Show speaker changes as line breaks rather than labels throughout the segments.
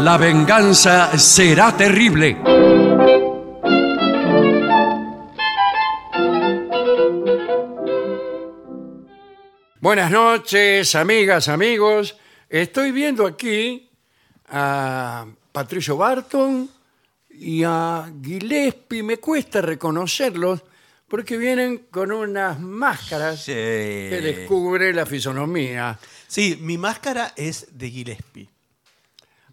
La venganza será terrible. Buenas noches, amigas, amigos. Estoy viendo aquí a Patricio Barton y a Gillespie. Me cuesta reconocerlos porque vienen con unas máscaras
Sí.
que les cubre la fisonomía.
Sí, mi máscara es de Gillespie.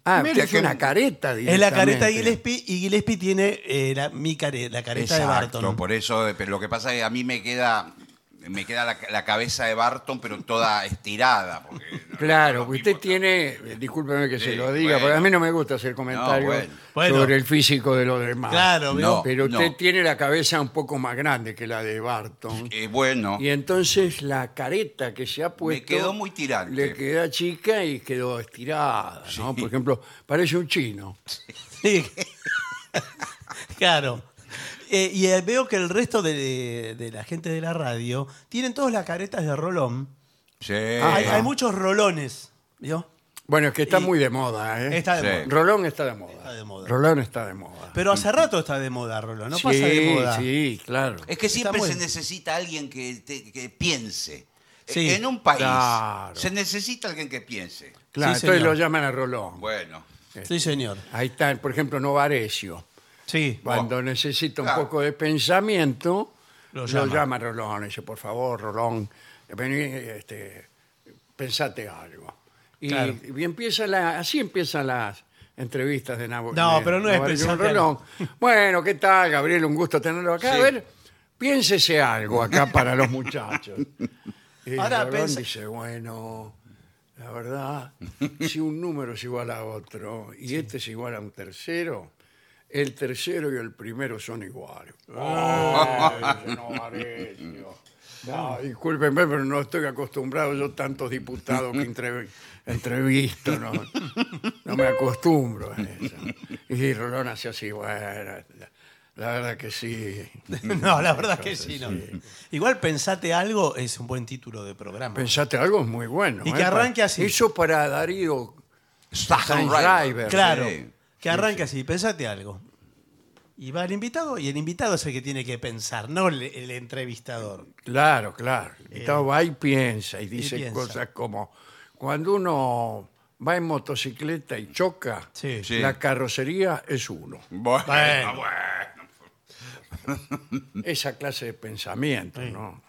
Ah,
Mira
que es
que-
una careta,
Es la careta
directamente.
de Gillespie y Gillespie tiene eh, la, mi care- la careta
Exacto,
de Barton.
por eso, eh, pero lo que pasa es que a mí me queda, me queda la, la cabeza de Barton, pero toda estirada. Porque,
Claro, porque usted tiene, eh, discúlpeme que se
Sí,
lo diga,
bueno.
porque a mí no me gusta hacer comentarios
bueno.
Bueno.
sobre el físico de los demás.
Claro,
No.
¿vio?
Pero usted
no.
tiene la cabeza un poco más grande que la de Barton.
Eh, bueno,
Y entonces la careta que se ha puesto.
quedó muy tirante.
Le queda chica y quedó estirada, ¿no? Por ejemplo, parece un chino.
Sí. claro. Eh, y eh, veo que el resto de, de la gente de la radio tienen todas las caretas de rolón.
sí.
Ah, Hay, hay muchos rolones, ¿vio?
Bueno, es que está
Y-
muy de moda, ¿eh?
Está de
Sí.
moda.
Rolón está de moda.
Está de moda.
Rolón está de moda.
Pero hace rato está de moda Rolón, no
sí,
pasa de moda.
sí, claro.
Es que
Está
siempre
muy
se
bien.
necesita alguien que, te- que piense.
Sí,
en un país
claro.
se necesita alguien que piense.
Claro,
sí,
entonces
señor.
lo llaman a Rolón.
Bueno,
Sí, señor.
Ahí están, por ejemplo, Novarecio.
Sí.
Cuando necesita un
Claro.
poco de pensamiento,
Lo
lo llama,
llama.
Rolón. Dice, por favor, Rolón, vení, este, pensate algo. Y,
Claro.
y empieza la, así empiezan las entrevistas de Nabo.
No,
de
pero no es
Navarro con
pensate
Rolón. Bueno, ¿qué tal, Gabriel? Un gusto tenerlo acá.
Sí.
A ver, piénsese algo acá para los muchachos. Y
Ahora
Rolón
pensa-
dice, bueno... La verdad, si un número es igual a otro y este es igual a un tercero, el tercero y el primero son iguales. Ay, no, Mauricio. No, discúlpenme, pero no estoy acostumbrado. Yo tantos diputados que entrev- entrevisto, no, no me acostumbro a eso. Y Rolón hace así, bueno, la- la verdad que sí.
No, la verdad que sí, no. Igual pensate algo es un buen título de programa.
Pensate algo, es muy bueno. ¿eh?
Y que arranque así.
Eso para Darío
Stassen
Driver.
Claro.
Sí.
Que arranque así, pensate algo. Y va el invitado, y el invitado es el que tiene que pensar, no el, el entrevistador.
Claro, claro. El invitado va y piensa y dice
Eh, piensa.
cosas como cuando uno va en motocicleta y choca,
Sí.
Sí.
la carrocería es uno.
Bueno,
Bueno.
bueno.
Esa clase de pensamiento, ¿no?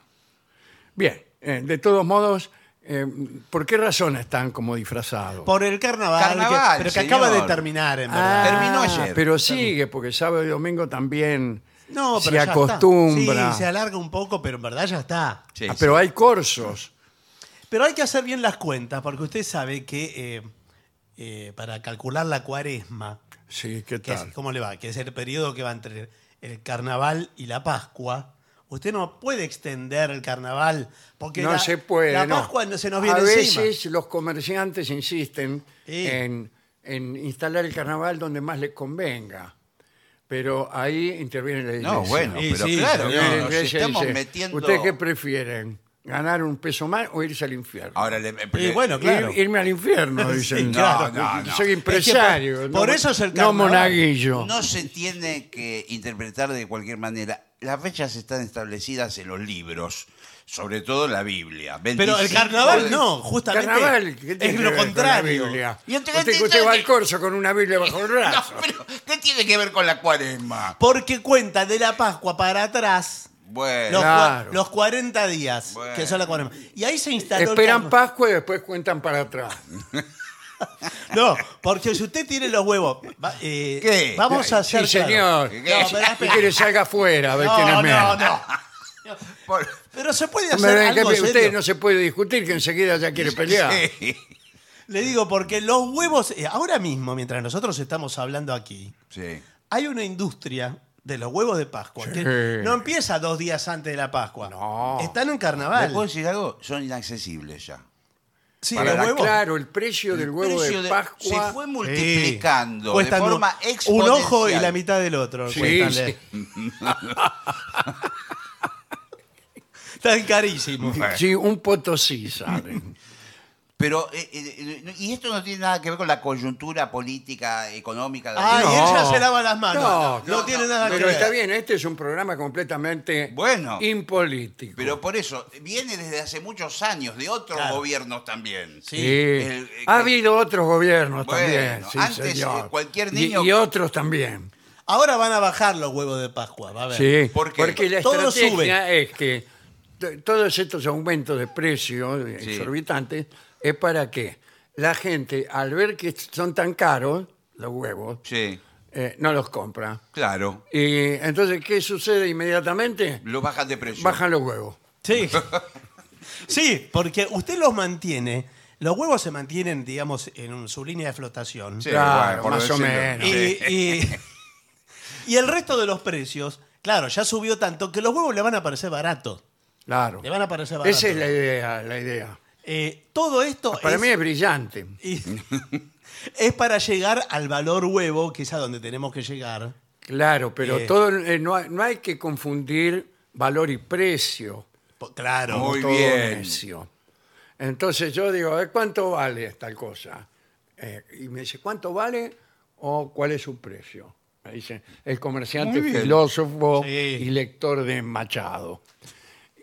Bien, eh, de todos modos, eh, ¿por qué razón están como disfrazados?
Por el carnaval,
Carnaval,
que- pero que
señor.
acaba de terminar, en
Ah,
verdad.
Terminó ayer.
Pero sigue, porque sábado y domingo también
No, pero
se
ya está.
acostumbra.
Sí, se alarga un poco, pero en verdad ya está.
Sí,
Ah,
sí.
pero hay cursos.
Pero hay que hacer bien las cuentas, porque usted sabe que eh, eh, para calcular la cuaresma,
Sí, ¿qué
que es-
tal?
¿cómo le va? Que es el periodo que va entre el carnaval y la Pascua. Usted no puede extender el carnaval porque
no
la,
se puede.
la
no.
Pascua no. se nos viene
A
encima.
veces los comerciantes insisten
Sí.
en, en instalar el carnaval donde más les convenga. Pero ahí interviene la iglesia.
No, bueno,
Sí,
pero
sí,
claro,
señor.
no,
La
nos
iglesia
estamos
dice,
metiendo.
¿Ustedes qué prefieren? ¿Ganar un peso más o irse al infierno?
Ahora le-
Y bueno,
Ir-
Ah, claro.
irme al infierno, dicen.
Sí, claro.
No, no, no.
Soy
Es
empresario.
por-
no-
por eso es el
No
carnaval.
monaguillo.
No se tiene que interpretar de cualquier manera. Las fechas están establecidas en los libros, sobre todo en la Biblia.
Pero el
25
carnaval
de-
no, justamente
Carnaval, ¿qué tiene
es
que
lo
ver con la
contrario.
Biblia?
Y entonces-
usted, usted va al corso con una Biblia bajo el
No,
brazo.
pero ¿qué tiene que ver con la cuaresma?
Porque cuenta de la Pascua para atrás
Bueno,
los,
Eh, Claro.
cua- los 40 días
Bueno.
que son la cuaresma. Y ahí se instaló el
Esperan
carna-
Pascua y después cuentan para atrás.
No, porque si usted tiene los huevos, va- eh,
¿Qué?
vamos a
Sí,
hacer. claro.
señor.
No,
Y
pero
espera.
que le salga afuera a ver quién
No,
es
no,
menos.
no.
por-
Pero se puede
Me
hacer
ven que
algo
usted
serio.
no se puede discutir que enseguida ya quiere pelear.
Sí,
Le digo, porque los huevos, eh, ahora mismo, mientras nosotros estamos hablando aquí,
sí.
hay una industria de los huevos de Pascua
Sí.
que no empieza dos días antes de la Pascua.
No.
Están en
¿Le
carnaval.
puedo decir algo? Son inaccesibles ya.
Sí,
para
los
la
huevos.
Claro, el precio del huevo
precio
de Pascua.
se fue
Sí.
multiplicando
Cuestan
de
un-
forma
Un
exponencial.
ojo y la mitad del otro.
Sí,
cuestan.
sí.
Están carísimos.
Sí, un potosí sale.
Pero, eh, eh, eh, y esto no tiene nada que ver con la coyuntura política, económica. de
Ah,
la-
y
No.
ella se lava las manos.
No,
No,
no,
tiene
no,
nada que
Pero
ver.
está bien, este es un programa completamente
Bueno.
impolítico.
Pero por eso, viene desde hace muchos años, de otros
Claro.
gobiernos también.
Sí.
El- eh,
ha habido otros gobiernos
Bueno,
también. sí,
antes,
señor.
eh, cualquier
Y-
niño-
Y, otros también.
Ahora van a bajar los huevos de Pascua, va a ver.
Sí,
¿Por qué?
Porque la
Todo
estrategia es que t- todos estos aumentos de precios
Sí.
exorbitantes es para que la gente, al ver que son tan caros los huevos,
Sí,
eh, no los compra.
claro.
Y entonces, ¿qué sucede inmediatamente?
Lo bajan de precio.
Bajan los huevos.
Sí. sí, porque usted los mantiene. Los huevos se mantienen, digamos, en un- su línea de flotación.
Sí,
Claro,
bueno, por
más o
decirlo.
menos.
Y, y- y el resto de los precios, claro, ya subió tanto que los huevos le van a parecer baratos.
Claro.
Le van a parecer baratos.
Esa es la idea, la idea.
Eh, todo esto
Para
es,
mí es brillante.
y- es para llegar al valor huevo, que es a donde tenemos que llegar.
Claro, pero
Eh.
todo eh, no, hay, no hay que confundir valor y precio.
Po- Claro.
Muy
todo
bien.
necio. Entonces yo digo, a ver, ¿cuánto vale tal cosa? Eh, y me dice, ¿cuánto vale o cuál es su precio? Me dice el comerciante
Muy bien.
filósofo
Sí.
y lector de Machado.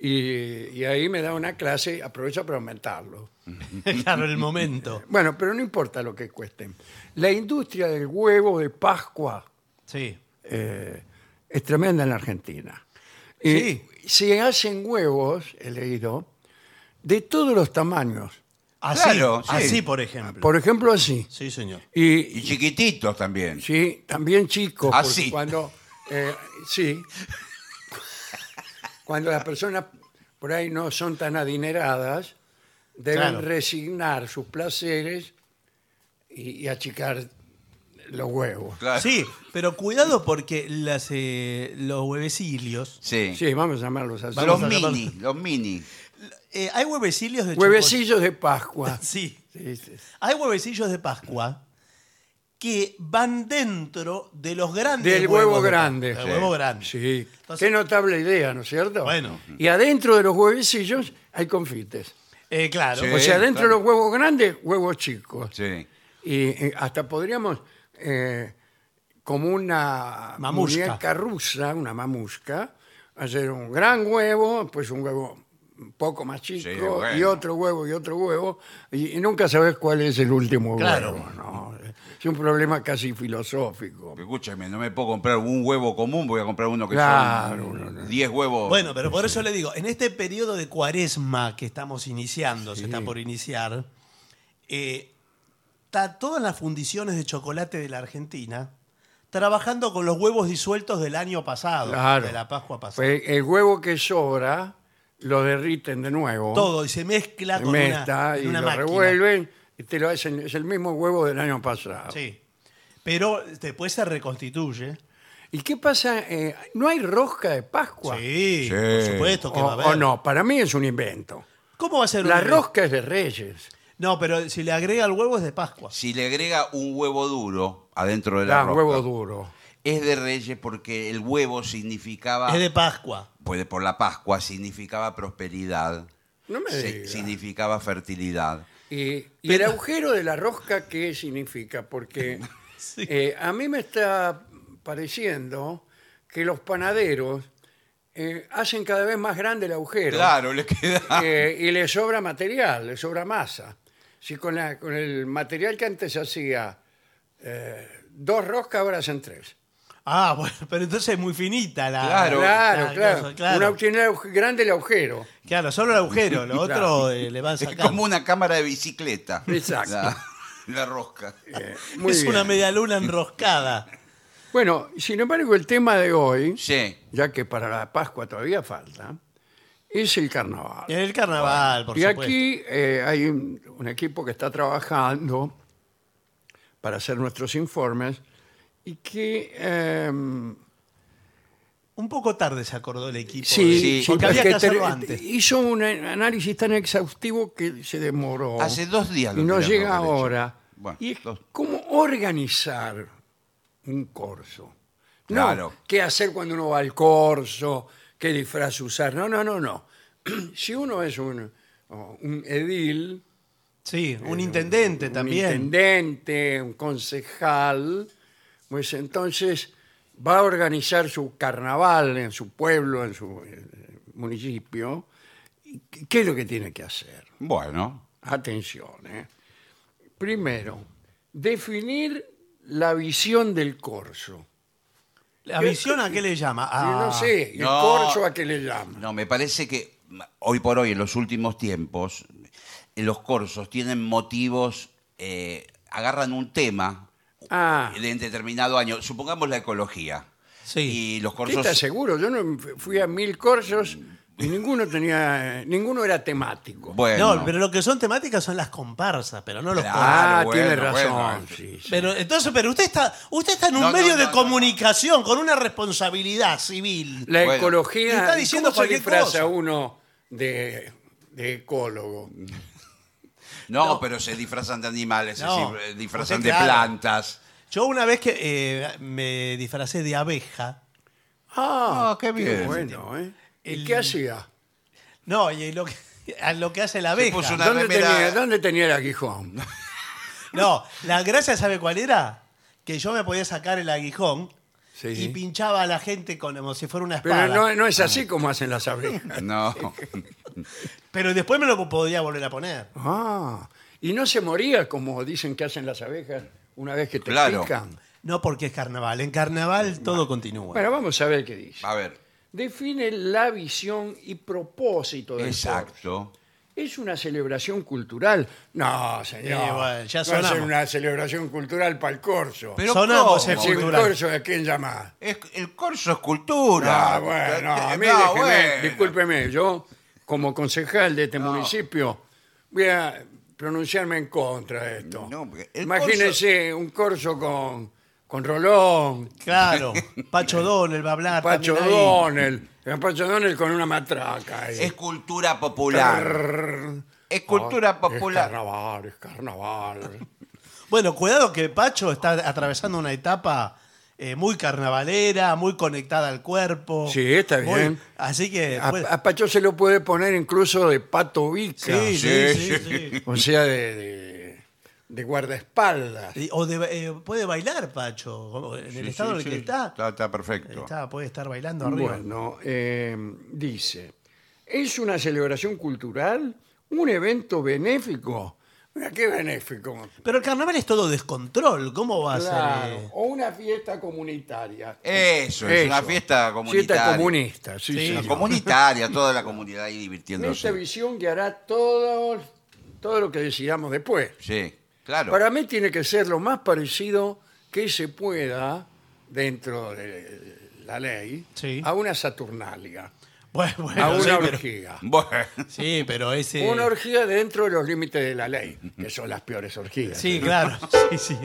Y, y ahí me da una clase, aprovecho para aumentarlo.
claro, en el momento.
Bueno, pero no importa lo que cuesten. La industria del huevo de Pascua
Sí.
eh, es tremenda en la Argentina. Y
Sí.
Se hacen huevos, he leído, de todos los tamaños.
Así,
Claro, sí.
así por ejemplo.
Por ejemplo, así.
Sí, señor.
Y,
Y chiquititos también.
sí, también chicos. porque
Así.
Cuando, eh, sí. Cuando las personas por ahí no son tan adineradas, deben
Claro.
resignar sus placeres y, y achicar los huevos.
Claro.
Sí, pero cuidado porque las, eh, los huevecilios.
Sí.
Sí, vamos a llamarlos así.
los
Vamos a llamar-
mini, los mini.
eh, hay huevecilios de
Huevecillos de Pascua.
chocolate. Sí.
Sí, sí, sí.
Hay huevecillos de Pascua que van dentro de los grandes.
Del huevo
huevos de Pascua.
grande.
Del
Sí.
huevo grande.
Sí.
Entonces-
Qué notable idea, ¿no es cierto?
Bueno.
Y adentro de los huevecillos hay confites.
Eh, claro.
Sí.
O sea, adentro de
claro.
los huevos grandes, huevos chicos.
Sí.
Y eh, hasta podríamos, eh, como una
Mamushka.
muñeca rusa, una mamusca, hacer un gran huevo, pues un huevo un poco más chico,
Sí, bueno.
y otro huevo, y otro huevo, y, y nunca sabes cuál es el último
Claro.
huevo. ¿no? Es un problema casi filosófico.
Escúchame, no me puedo comprar un huevo común, voy a comprar uno que
Claro, no,
son 10 huevos.
Bueno, pero por eso le digo, en este periodo de cuaresma que estamos iniciando, se está por iniciar, eh, está todas las fundiciones de chocolate de la Argentina trabajando con los huevos disueltos del año pasado,
Claro.
de la Pascua pasada.
Pues el huevo que sobra lo derriten de nuevo.
Todo, y se mezcla
Se
con
mezcla
una, en
y
una
lo
máquina.
revuelven y te lo hacen. Es el mismo huevo del año pasado.
Sí. Pero después se reconstituye.
¿Y qué pasa? Eh, ¿No hay rosca de Pascua?
Sí,
Sí.
por supuesto
O,
que va a haber.
o no, para mí es un invento.
¿Cómo va a ser
La
un-
rosca es de Reyes.
No, pero si le agrega el huevo es de Pascua.
Si le agrega un huevo duro adentro de la
Da
rosca,
Ah, huevo duro.
es de reyes porque el huevo significaba,
Ah.
Es de Pascua.
pues, por la Pascua, significaba prosperidad,
No me
se-
diga.
significaba fertilidad.
Y, y el agujero de la rosca, ¿qué significa? Porque
Sí.
eh, a mí me está pareciendo que los panaderos eh, hacen cada vez más grande el agujero.
Claro, Ah. le queda...
Eh, y le sobra material, le sobra masa. Si con, la- con el material que antes se hacía eh, dos roscas, ahora hacen tres.
Ah, bueno, pero entonces es muy finita la.
Claro.
claro,
la-
claro.
cosa, claro.
Una tiene el agu- grande el agujero.
Claro, solo el agujero, lo
Claro.
otro eh, le van
Es
sacando.
como una cámara de bicicleta.
Exacto.
La, la rosca.
Eh.
Muy
es
bien.
una media luna enroscada.
Bueno, sin embargo, el tema de hoy,
Sí.
ya que para la Pascua todavía falta, es el carnaval.
En el carnaval, Eh, por
y
supuesto.
aquí eh, hay un, un equipo que está trabajando para hacer nuestros informes y que em,
Un poco tarde se acordó el equipo.
Sí,
de-
Sí,
sí,
porque había que
porque te-
hacerlo antes.
Hizo un análisis tan exhaustivo que se demoró.
Hace dos días lo
Y no
tenemos,
llega
de hecho.
ahora.
Bueno,
y es
dos.
cómo organizar un corso. No,
Claro.
qué hacer cuando uno va al corso, qué disfraz usar. No, no, no, no. si uno es un, un edil
Sí, un intendente también.
Eh, Un intendente, un concejal. Pues entonces va a organizar su carnaval en su pueblo, en su eh, municipio. ¿Y qué- ¿Qué es lo que tiene que hacer?
Bueno,
Atención. ¿eh? Primero, definir la visión del corso.
¿La visión a qué le llama? Ah,
Yo
A-
no sé, ¿el
No.
corso a qué le llaman?
no, me parece que ma- hoy por hoy, en los últimos tiempos, eh, los corsos tienen motivos, eh, agarran un tema
Ah,
de en determinado año, supongamos la ecología.
Sí.
Y los
¿Usted
corsos
está seguro? Yo no fui a mil corsos y ninguno tenía, ninguno era temático.
Bueno,
No, pero lo que son temáticas son las comparsas, pero no los
Claro.
corsos.
ah,
bueno,
tiene
bueno,
razón.
bueno.
sí, sí.
Pero entonces, pero usted está, usted está en un
No, no,
medio
no,
de
no.
comunicación con una responsabilidad civil.
La
Bueno.
ecología.
Y está diciendo
¿cómo se
cualquier
disfraza
cosa.
uno de, de ecólogo?
no, pero se disfrazan de animales,
No.
se eh, disfrazan de
Usted, claro.
plantas.
Yo una vez que eh, me disfracé de abeja,
Ah,
Ah, qué bien.
bueno, ¿eh? ¿Y qué hacía?
no, y lo que, a lo que hace la abeja.
puso una-
¿Dónde
remera-
tenía, ¿Dónde tenía el aguijón?
No, la gracia, ¿sabe cuál era? Que yo me podía sacar el aguijón
Sí.
y pinchaba a la gente con- como si fuera una espada.
Pero
Pero,
no, no es así como hacen las abejas.
No.
después me lo podía volver a poner.
Ah, y no se moría como dicen que hacen las abejas una vez que te
Claro.
pican.
No porque es carnaval. En carnaval todo continúa.
Bueno, vamos a ver qué dice.
A ver.
Define la visión y propósito del corso.
Exacto.
Es una celebración cultural. No, señor.
Eh, bueno, ya
no va a ser
sonamos.
una celebración cultural para el corso.
Pero
Sonamos
¿cómo?
Si el
cultural.
corso, ¿a quién llamás?
Es- el corso es cultura. Eh,
Ah, bueno, a mí
No,
déjeme,
bueno.
discúlpeme, yo como concejal de este municipio voy a pronunciarme en contra de esto.
No, porque el
Imagínense un corso con, con Rolón,
Claro. Pacho Donel va a
Ah,
hablar.
Pacho
también ahí.
Donel, Pacho Donel con una matraca. ahí.
Es cultura popular. Es
Ah,
cultura
Es
popular.
carnaval, es carnaval.
Bueno, cuidado que Pacho está atravesando una etapa eh, muy carnavalera, muy conectada al cuerpo.
Sí, está
Muy-
bien.
así que.
A,
puede-
a Pacho se lo puede poner incluso de pato bica,
sí, sí, sí, sí.
o sea, de, de- de guardaespaldas.
Y- O de- eh, puede bailar, Pacho. como En el
Sí,
estado
sí,
en el
sí.
que está, eh,
Está, está perfecto.
está, puede estar bailando arriba.
Bueno, eh, dice, es una celebración cultural, un evento benéfico. Mira, qué benéfico.
Pero el carnaval es todo descontrol. ¿Cómo va a ser?
Claro,
eh?
o una fiesta comunitaria.
Eso, es una
Eso.
fiesta comunitaria.
Fiesta comunista, sí,
Sí,
señor.
No, Comunitaria, toda la comunidad ahí
En esta
divirtiéndose.
visión que hará todo, todo lo que decidamos después.
Sí, claro.
Para mí tiene que ser lo más parecido que se pueda dentro de la ley
Sí.
a una Saturnalia,
Bueno, bueno,
a
sí,
una
pero,
orgía.
Bueno,
sí, pero ese.
Una orgía dentro de los límites de la ley, que son las peores orgías.
Sí, claro. Sí, sí.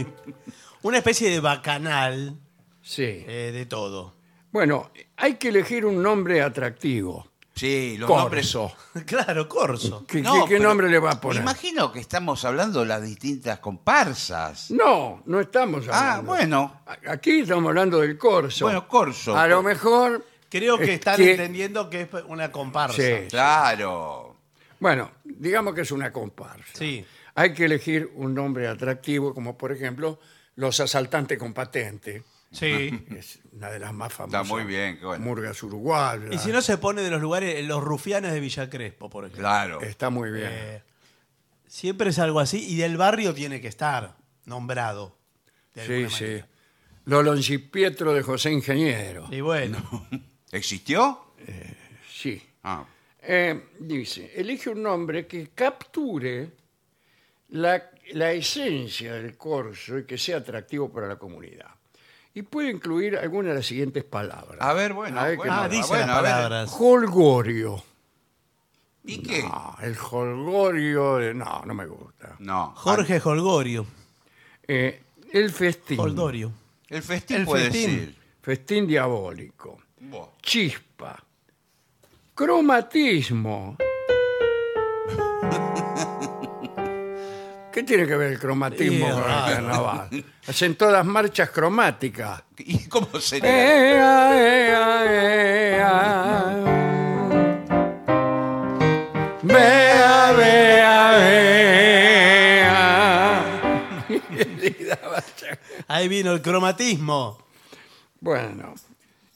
Una especie de bacanal
Sí.
eh, de todo.
Bueno, hay que elegir un nombre atractivo.
sí, los nombres
Corso.
Claro, corso.
¿Qué,
No,
qué- qué
pero
nombre le va a poner?
Imagino que estamos hablando de las distintas comparsas.
No, no estamos hablando.
Ah, bueno.
A- Aquí estamos hablando del corso.
Bueno, corso.
A lo mejor.
Creo
es
que están
que-
entendiendo que es una comparsa.
Sí.
Claro.
Bueno, digamos que es una comparsa.
Sí.
Hay que elegir un nombre atractivo, como por ejemplo los asaltantes con patente.
Sí.
que Es una de las más famosas.
muy bien, qué bueno.
Murgas uruguayas.
Y si no se pone de los lugares, los rufianes de Villa Crespo, por ejemplo.
Claro.
Está muy bien.
Eh, siempre es algo así y del barrio tiene que estar nombrado. de
sí,
alguna
sí.
manera.
Los Longipietro de José Ingeniero.
Y bueno,
¿Existió?
Sí.
Ah.
Eh, dice, elige un nombre que capture la, la esencia del corso y que sea atractivo para la comunidad. Y puede incluir alguna de las siguientes palabras.
A ver, bueno.
A ver qué
bueno,
Ah,
ah,
bueno,
dice
bueno,
las
a ver.
palabras.
Holgorio.
¿Y qué?
Ah, el holgorio. de- No, no me gusta.
No.
Jorge Holgorio.
Eh, el festín.
Holdorio.
El festín
El
puede
festín.
ser.
Festín diabólico.
Buah.
Chispa. Cromatismo. ¿Qué tiene que ver el cromatismo
Sí, es
con el
raro.
carnaval? Hacen todas marchas cromáticas.
¿Y cómo sería?
Eh,
Ea, ea, ea. Vea, vea, vea. Y daba chac-
Ahí vino el cromatismo.
Bueno,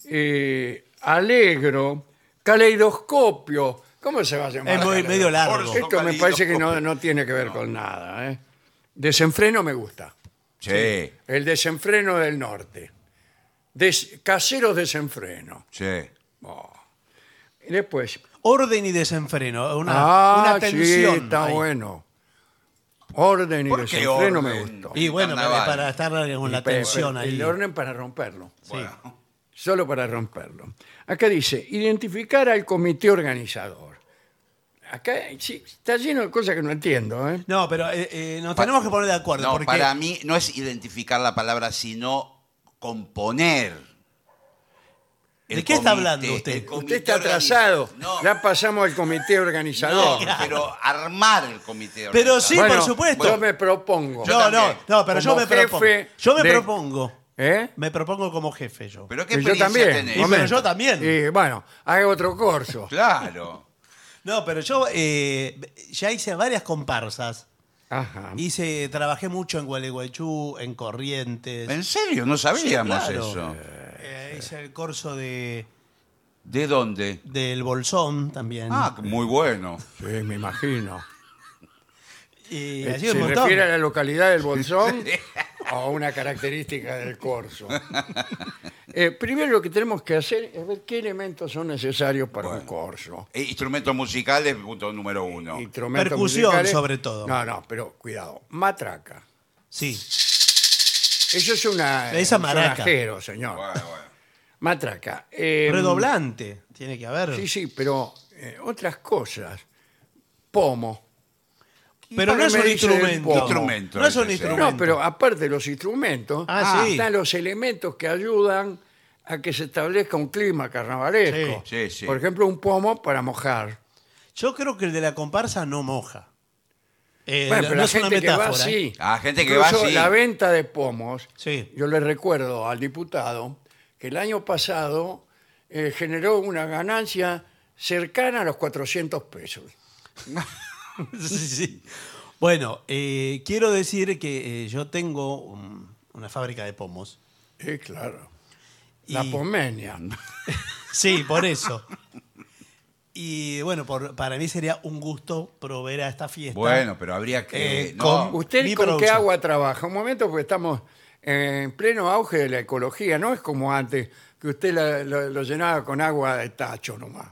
eh, alegro, caleidoscopio. ¿Cómo se va a llamar?
Es muy-
Caleidoscopio?
medio largo.
Orso.
Esto me
Caleidoscopio.
parece que no, no tiene que ver con nada. ¿eh? Desenfreno me gusta.
Sí,
El desenfreno del norte. Des- caseros desenfreno.
sí.
Y después.
Orden y desenfreno. Una,
ah,
una tensión.
sí, está
ahí.
bueno. Orden y
¿Por qué
desenfreno me
orden?
gustó.
Y bueno,
Carnaval.
para estar con la
Pero
tensión ahí.
El orden para romperlo.
Bueno.
Solo para romperlo. Acá dice, identificar al comité organizador. Acá sí, está lleno de cosas que no entiendo. ¿eh?
No, pero eh, eh, nos tenemos que poner de acuerdo.
No,
porque
para mí no es identificar la palabra, sino componer.
¿De
El
qué está
comité,
hablando usted?
el
Usted
Usted
comité
está
organiz-
atrasado.
No,
Ya pasamos al comité
no,
organizador.
pero armar el comité.
Pero sí,
organizador.
Bueno,
por supuesto.
Yo me propongo.
Yo
no, no,
también.
no, pero yo
Como
me propongo.
jefe
Yo me
de-
propongo.
¿Eh?
Me propongo como jefe yo.
Pero qué
Y yo
experiencia
también.
tenés.
Y pero
momento.
yo también.
Y bueno, haga otro corso.
Claro.
No, pero yo eh, ya hice varias comparsas.
Ajá.
Hice, trabajé mucho en Gualeguaychú, en Corrientes.
En serio, no sabíamos
Sí, claro.
eso.
Eh, hice el corso de,
¿De dónde?
del Bolsón también.
Ah, muy bueno.
Sí, me imagino.
y
Eh,
así
¿Se
un montón.
refiere a la localidad del Bolsón o a una característica del corso? Eh, primero lo que tenemos que hacer es ver qué elementos son necesarios para un
Bueno.
corso.
Eh, Instrumentos musicales, punto número uno.
Instrumentos
Percusión,
musicales.
sobre todo.
No, no, pero cuidado. Matraca.
Sí,
Eso es una... eh,
Esa
un
maraca.
sonajero, señor.
Bueno, bueno.
Matraca. Eh,
redoblante tiene que haber.
Sí, sí, pero eh, otras cosas. Pomo.
pero no es un
me dice del
instrumento.
pomo?
Instrumento,
No es un
dice, sí.
instrumento.
No, pero aparte de los instrumentos,
Ah, sí.
están los elementos que ayudan a que se establezca un clima carnavalesco.
Sí, sí, sí.
Por ejemplo, un pomo para mojar.
Yo creo que el de la comparsa no moja. Eh,
Bueno,
no
pero la
es una
gente que va
metáfora. ¿eh?
así.
Ah, gente que
Incluso
va así.
La venta de pomos.
Sí.
Yo le recuerdo al diputado que el año pasado eh, generó una ganancia cercana a los 400 pesos.
Sí, sí. Bueno, eh, quiero decir que eh, yo tengo un- una fábrica de pomos.
Sí, claro.
Y-
La pomenia.
Sí, por eso. Y bueno, por- para mí sería un gusto proveer a esta fiesta.
Bueno, pero habría que.
Eh,
no.
con-
¿Usted
Mi
con qué
producción.
agua trabaja? Un momento, porque estamos en pleno auge de la ecología, no es como antes, que usted la- lo, lo llenaba con agua de tacho nomás.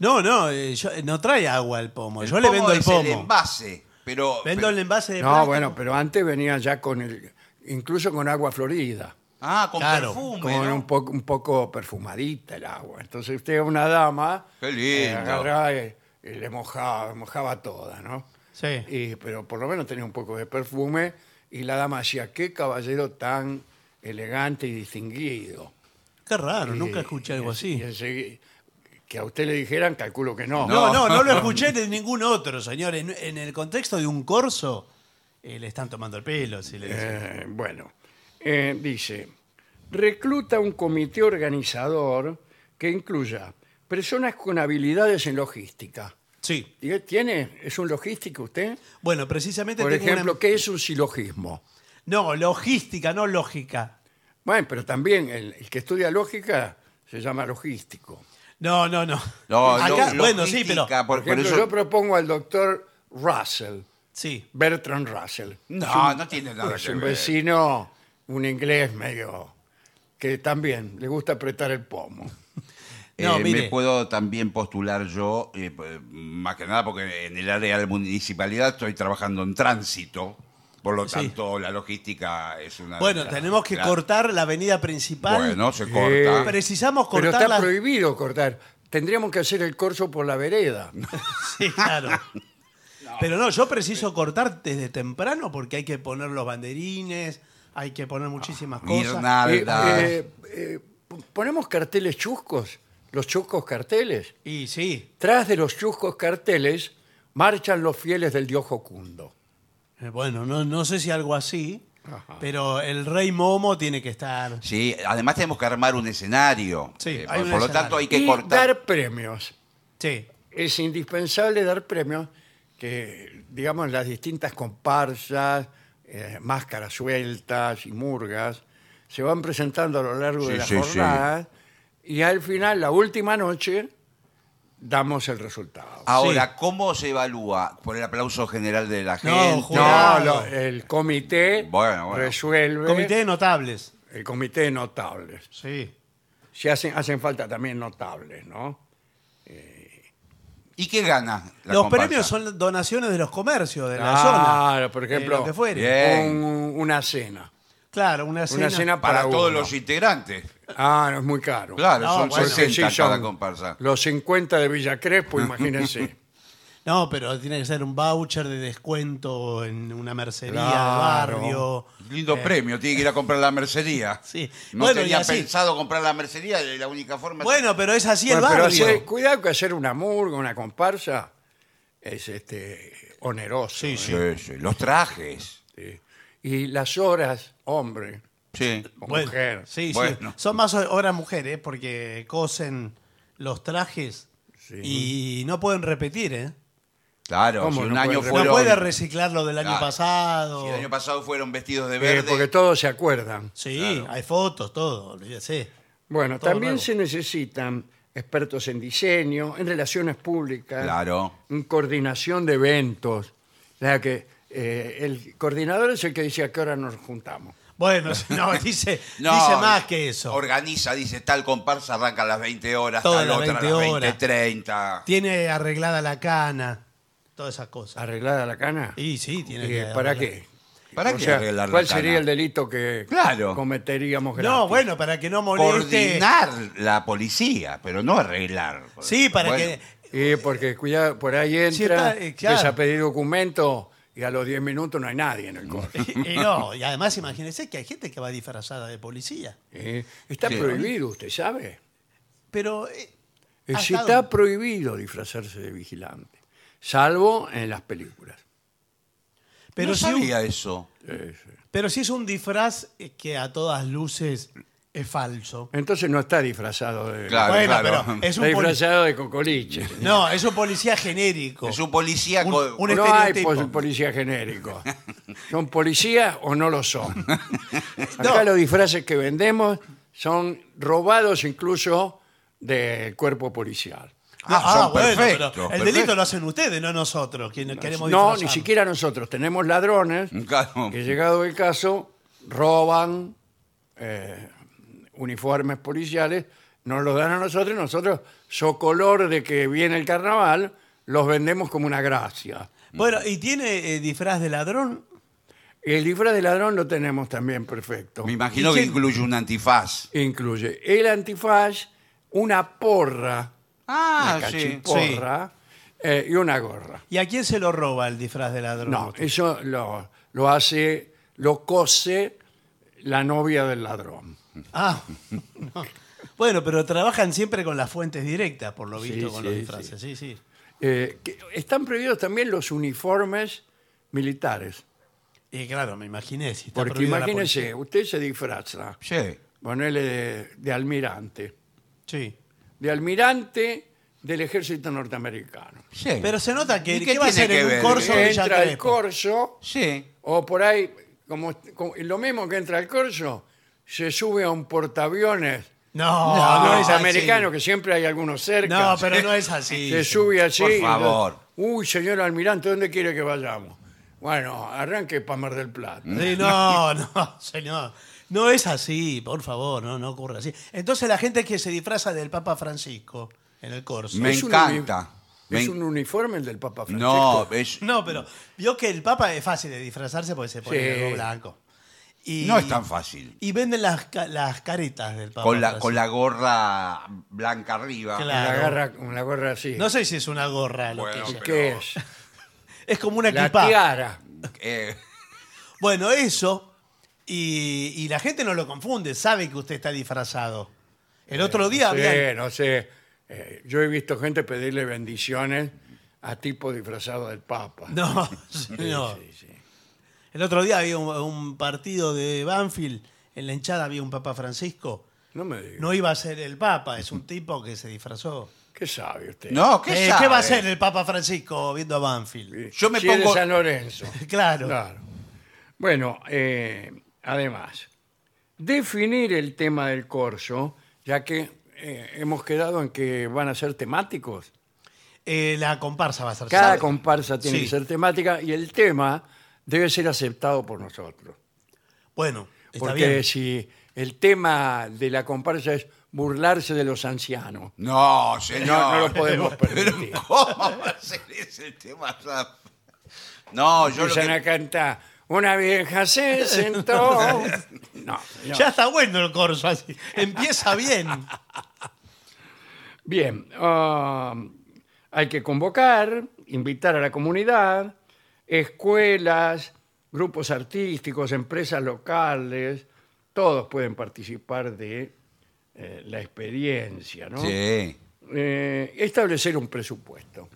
No, no, eh, yo- no trae agua el pomo.
El
yo le
pomo
vendo el
es
pomo.
envase, pero.
Vendo el em- envase de
No,
plástico.
bueno, pero antes venía ya con el, incluso con agua florida,
Ah, con
Claro,
perfume.
con
¿no?
un poco, un poco perfumadita el agua. Entonces usted era una dama,
Qué
eh,
lindo.
agarraba y, y le mojaba, mojaba toda, ¿no?
Sí.
Y- pero por lo menos tenía un poco de perfume y la dama decía, qué caballero tan elegante y distinguido.
Qué raro, nunca
Eh,
escuché algo
y- y
así.
ensegui- que a usted le dijeran, calculo que no.
No, no, no lo escuché de ningún otro, señor. En, en el contexto de un corso, eh, le están tomando el pelo, si le dicen.
Eh, bueno, eh, dice, recluta un comité organizador que incluya personas con habilidades en logística.
Sí.
¿Y- ¿Tiene? ¿Es un logístico usted?
Bueno, precisamente
Por
tengo
ejemplo,
una...
¿qué es un silogismo?
No, logística, no lógica.
Bueno, pero también el, el que estudia lógica se llama logístico.
No, no, no.
No,
Acá,
lo-
bueno, sí, pero...
Por
logística, por, por
ejemplo,
eso-
yo propongo al doctor Russell,
Sí.
Bertrand Russell.
No, no tiene nada
Es
que
un
ver.
vecino, un inglés medio, que también le gusta apretar el pomo.
Eh,
No, mire.
me puedo también postular yo, eh, p- más que nada porque en el área de la municipalidad estoy trabajando en tránsito, por lo
Sí.
tanto la logística es una... de
Bueno,
las-
tenemos que
la-
cortar la avenida principal.
Bueno, se
Eh,
corta.
Precisamos
Pero
cortar
está
la-
prohibido cortar. Tendríamos que hacer el corso por la vereda.
Sí, claro. Pero no, yo preciso cortar desde temprano porque hay que poner los banderines, hay que poner muchísimas cosas.
Eh,
Guirnaldas.
eh, eh, p- ponemos carteles chuscos, los chuscos carteles.
Y sí,
Tras de los chuscos carteles marchan los fieles del dios Jocundo.
eh, bueno, no, no sé si algo así,
Ajá.
pero el rey Momo tiene que estar.
Sí, además tenemos que armar un escenario.
Sí,
por
hay un
por lo
escenario.
tanto hay que
Y
cortar.
dar premios.
Sí,
es indispensable dar premios que, digamos, las distintas comparsas, eh, máscaras sueltas y murgas, se van presentando a lo largo de
Sí,
la
sí, sí.
jornada y al final, la última noche, damos el resultado.
Ahora, ¿cómo se evalúa? ¿Por el aplauso general de la gente?
No,
jurado.
lo- el comité
Bueno, bueno.
resuelve.
Comité de notables.
El comité de notables.
Sí.
Si hacen, hacen falta también notables, ¿no?
¿Y qué gana? la
los
comparsa?
premios son donaciones de los comercios de la
Ah,
zona.
por
de
ejemplo,
lo que fuere.
bien.
Un- una cena.
Claro, una cena.
Una cena
para,
para,
todos
uno.
los integrantes.
Ah, no, es muy caro.
Claro,
No,
son
bueno.
60
sí
cada
son
comparsa.
Los 50 de Villa Crespo, imagínense.
No, pero tiene que ser un voucher de descuento en una mercería, de
Claro.
barrio.
Lindo premio, tiene que ir a comprar la mercería.
Eh. Sí.
No
Bueno, y
tenía
así.
pensado comprar la mercería, la única forma...
Bueno, pero es así el
Bueno, pero
barrio.
hacer- cuidado que hacer una murga, una comparsa, es este oneroso. ¿eh?
Sí, sí, los trajes.
Sí. Y las horas, hombre
Sí.
o
Bueno,
mujer.
Sí,
Bueno.
sí. Son más horas mujeres eh, porque cosen los trajes y no pueden repetir, ¿eh?
Claro, si
¿Cómo
un
no
año
pueden
No
fueron...
puede reciclar lo del año
Claro.
pasado.
si el año pasado fueron vestidos de
Eh,
verde.
porque todos se acuerdan.
Sí,
Claro.
hay fotos, todo, olvídese.
Bueno,
Todo
también
nuevo.
se necesitan expertos en diseño, en relaciones
¿eh?
públicas,
Claro.
en coordinación de eventos. O sea que eh, el coordinador es el que dice a qué hora nos juntamos.
Bueno, sí, no, dice,
No,
dice más que eso.
Organiza, dice, tal comparsa arranca a las 20 horas,
Todas
tal
las
otra
20
a
horas.
las 20, 30.
Tiene arreglada la cana, todas esas cosas.
¿Arreglada la cana?
Y sí, tiene
Eh,
que
¿Para
arreglar.
qué?
Ah, ¿Para
O
qué
sea,
arreglar la
¿Cuál
cana?
sería el delito que
Claro.
cometeríamos?
No,
gratis?
bueno, para que no moleste.
Coordinar la policía, pero no arreglar.
Sí, para
Bueno,
que
Y Eh, porque cuidado, por ahí entra,
Sí, está, eh, claro.
empieza a pedir documento y a los 10 minutos no hay nadie en el corte.
y no, y además imagínense que hay gente que va disfrazada de policía.
Eh, Está
Sí.
prohibido, usted sabe.
Pero eh,
Eh,
¿hasta
sí
dónde?
está prohibido disfrazarse de vigilante, salvo en las películas.
pero
no
si un-
sabía eso.
Eh, sí.
pero si es un disfraz eh, que a todas luces es falso.
Entonces no está disfrazado de...
Claro,
bueno,
claro.
pero es
Está
un policía.
disfrazado de cocoliche.
No, es un policía genérico.
Es un policía...
Oh. Un-
co-
un-
no hay
estereotipo.
pol- policía genérico. ¿Son policías o no lo son? Acá
No.
los disfraces que vendemos son robados incluso del cuerpo policial.
Ah, son
bueno, pero
perfectos,
el
perfectos.
delito lo hacen ustedes, no nosotros, que no queremos
No, ni
disfrazarnos.
siquiera nosotros. Tenemos ladrones
Mm. Claro.
que, llegado el caso, roban eh, uniformes policiales, nos los dan a nosotros y nosotros, so color de que viene el carnaval, los vendemos como una gracia.
Bueno, ¿y tiene eh, disfraz de ladrón?
El disfraz de ladrón lo tenemos también perfecto.
Me imagino que
¿Y quién-
incluye un antifaz.
Incluye el antifaz, una porra,
Ah,
una
sí.
cachiporra eh, y una gorra.
¿Y a quién se lo roba el disfraz de ladrón?
No, eso lo, lo hace, lo cose la novia del ladrón.
Ah, no. Bueno, pero trabajan siempre con las fuentes directas, por lo visto,
Sí,
con
sí,
los disfraces. Sí, sí.
Eh, que- están prohibidos también los uniformes militares.
Y claro, me imaginé. Si está
Porque
prohibido la
imagínese, usted se disfraza,
Sí.
ponele de, de almirante,
policía. Sí.
de almirante del ejército norteamericano.
Sí.
Pero se nota que
¿Y
¿qué,
qué
va a
tiene
hacer
que
en un
ver?
corso de Villa
Entra el
Crespo?
corso
Sí.
o por ahí, como, como- lo mismo que entra al corso, se sube a un portaaviones.
No,
No,
Ah, no, es
es
así.
americano, que siempre hay algunos cerca.
No, pero no es así.
Se sube así.
Por
y lo-
favor.
Uy, señor almirante, ¿dónde quiere que vayamos? Bueno, arranque para Mar del Plata.
Sí, no, no, señor. No es así, por favor, no, no ocurre así. Entonces la gente que se disfraza del Papa Francisco en el corso.
Me
Es un
encanta.
uni-
Me
¿Es
en-
un uniforme el del Papa Francisco?
No, es,
No, eh, pero vio que el Papa es fácil de disfrazarse porque se pone
Sí.
algo blanco. Y,
no es tan fácil.
Y venden las, ca- las caretas del Papa.
Con la, con
Francisco.
la gorra blanca arriba.
Con la,
claro.
garra, con la gorra así.
No sé si es una gorra lo
Bueno,
¿Y
que es.
¿Qué
pero-
es?
Es como una
La
equipa.
tiara.
Eh,
Bueno, eso. Y, y la gente no lo confunde, sabe que usted está disfrazado. El otro día
Sí,
habían-
no sé. Eh, yo he visto gente pedirle bendiciones a tipo disfrazado del Papa.
No, señor.
Sí, sí.
El otro día había un, un partido de Banfield, en la hinchada había un Papa Francisco.
No me diga.
No iba a ser el Papa, es un tipo que se disfrazó.
¿Qué sabe usted?
no, ¿qué,
Eh, ¿Qué,
sabe?
va a hacer el Papa Francisco viendo a Banfield?
Yo me
Si es de
pongo-
San Lorenzo.
Claro.
Claro. Bueno, eh, además, definir el tema del corso, ya que eh, hemos quedado en que van a ser temáticos.
Eh, la comparsa va a ser
Cada
sábado.
comparsa tiene
Sí.
que ser temática y el tema debe ser aceptado por nosotros.
Bueno, está
Porque
bien.
si el tema de la comparsa es burlarse de los ancianos,
No,
no,
señor.
no lo podemos permitir.
Pero ¿cómo va a ser ese tema? No, yo lo
Empiezan a
que...
cantar, una vieja se sentó. No, no.
Ya está bueno el corso así. Empieza bien.
Bien, ah, hay que convocar, invitar a la comunidad, escuelas, grupos artísticos, empresas locales, todos pueden participar de eh, la experiencia, ¿no?
Sí.
Eh, establecer un presupuesto.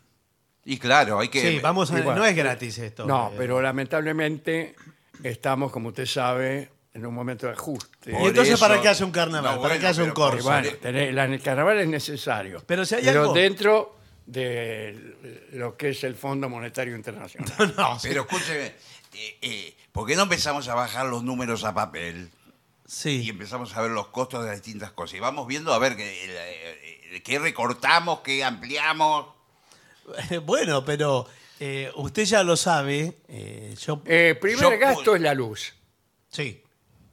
Y claro, hay que...
Sí, vamos a.
Igual.
No es gratis esto.
No,
Eh,
pero lamentablemente estamos, como usted sabe, en un momento de ajuste.
¿Y entonces
Por
para
eso-
qué hace un carnaval?
No,
¿Para qué
bueno,
hace un
pero por-
Y
corso?
Eh, bueno, tener- la- el carnaval es necesario.
Pero si hay algo-
dentro de lo que es el Fondo Monetario Internacional.
No, sí.
Pero escúcheme, eh, eh, ¿por qué no empezamos a bajar los números a papel? Y
Sí.
empezamos a ver los costos de las distintas cosas. Y vamos viendo a ver qué, eh, eh, qué recortamos, qué ampliamos.
Bueno, pero eh, usted ya lo sabe. eh, yo.
Eh, primer
Yo
gasto
puedo-
es la luz.
Sí.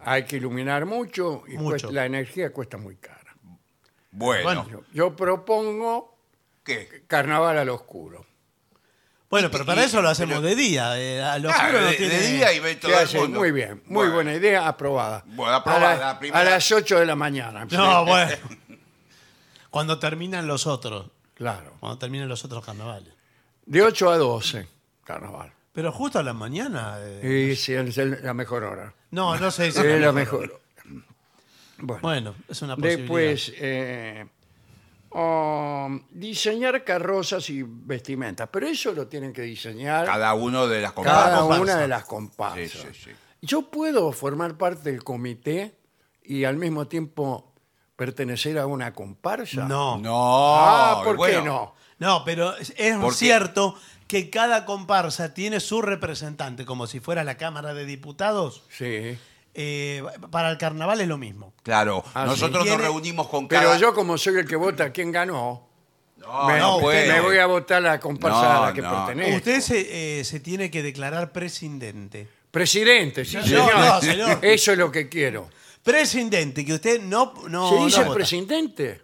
Hay que iluminar mucho y
Mucho.
cuesta- la energía cuesta muy cara.
Bueno,
Bueno.
Yo, yo propongo
¿qué?
carnaval al oscuro.
Bueno, pero para
Y-
eso lo hacemos
pero-
de día. eh, a los
Claro,
oscuros no
Ah, de,
tiene-
de día y ve
¿Qué
todo el
hace?
mundo.
Muy bien, muy
Bueno,
buena idea, aprobada.
Bueno, aprobada,
a, la-
la primera.
a las 8 de la mañana.
No, bueno. Cuando terminan los otros.
Claro.
Cuando terminan los otros carnavales.
De 8 a 12, carnaval.
Pero justo a la mañana. eh,
Y sí, es el- la mejor hora.
No, no sé si.
Es la mejor hora. Bueno.
Bueno, es una posibilidad.
Después, eh, um, diseñar carrozas y vestimentas. Pero eso lo tienen que diseñar cada,
Cada uno de las
Cada
comparsas.
comparsa.
una de las comparsas.
Sí, sí, sí.
Yo puedo formar parte del comité y al mismo tiempo pertenecer a una comparsa.
No.
No,
Ah, ¿por
bueno,
qué no?
No, pero es, es
Porque-
cierto que cada comparsa tiene su representante, como si fuera la Cámara de Diputados.
Sí.
Eh, para el carnaval es lo mismo.
Claro,
Ah, sí.
nosotros nos
Tiene-
reunimos con
Pero
cada...
yo como soy el que vota quién ganó,
No,
me,
Ah, no
me
puede.
voy a votar la comparsa a la
No,
que
no.
pertenezco.
Usted se, eh, se tiene que declarar presidente.
Presidente, sí,
No,
señor.
no, señor.
Eso es lo que quiero.
Presidente, que usted no. no
¿Se
no
dice
vota.
presidente?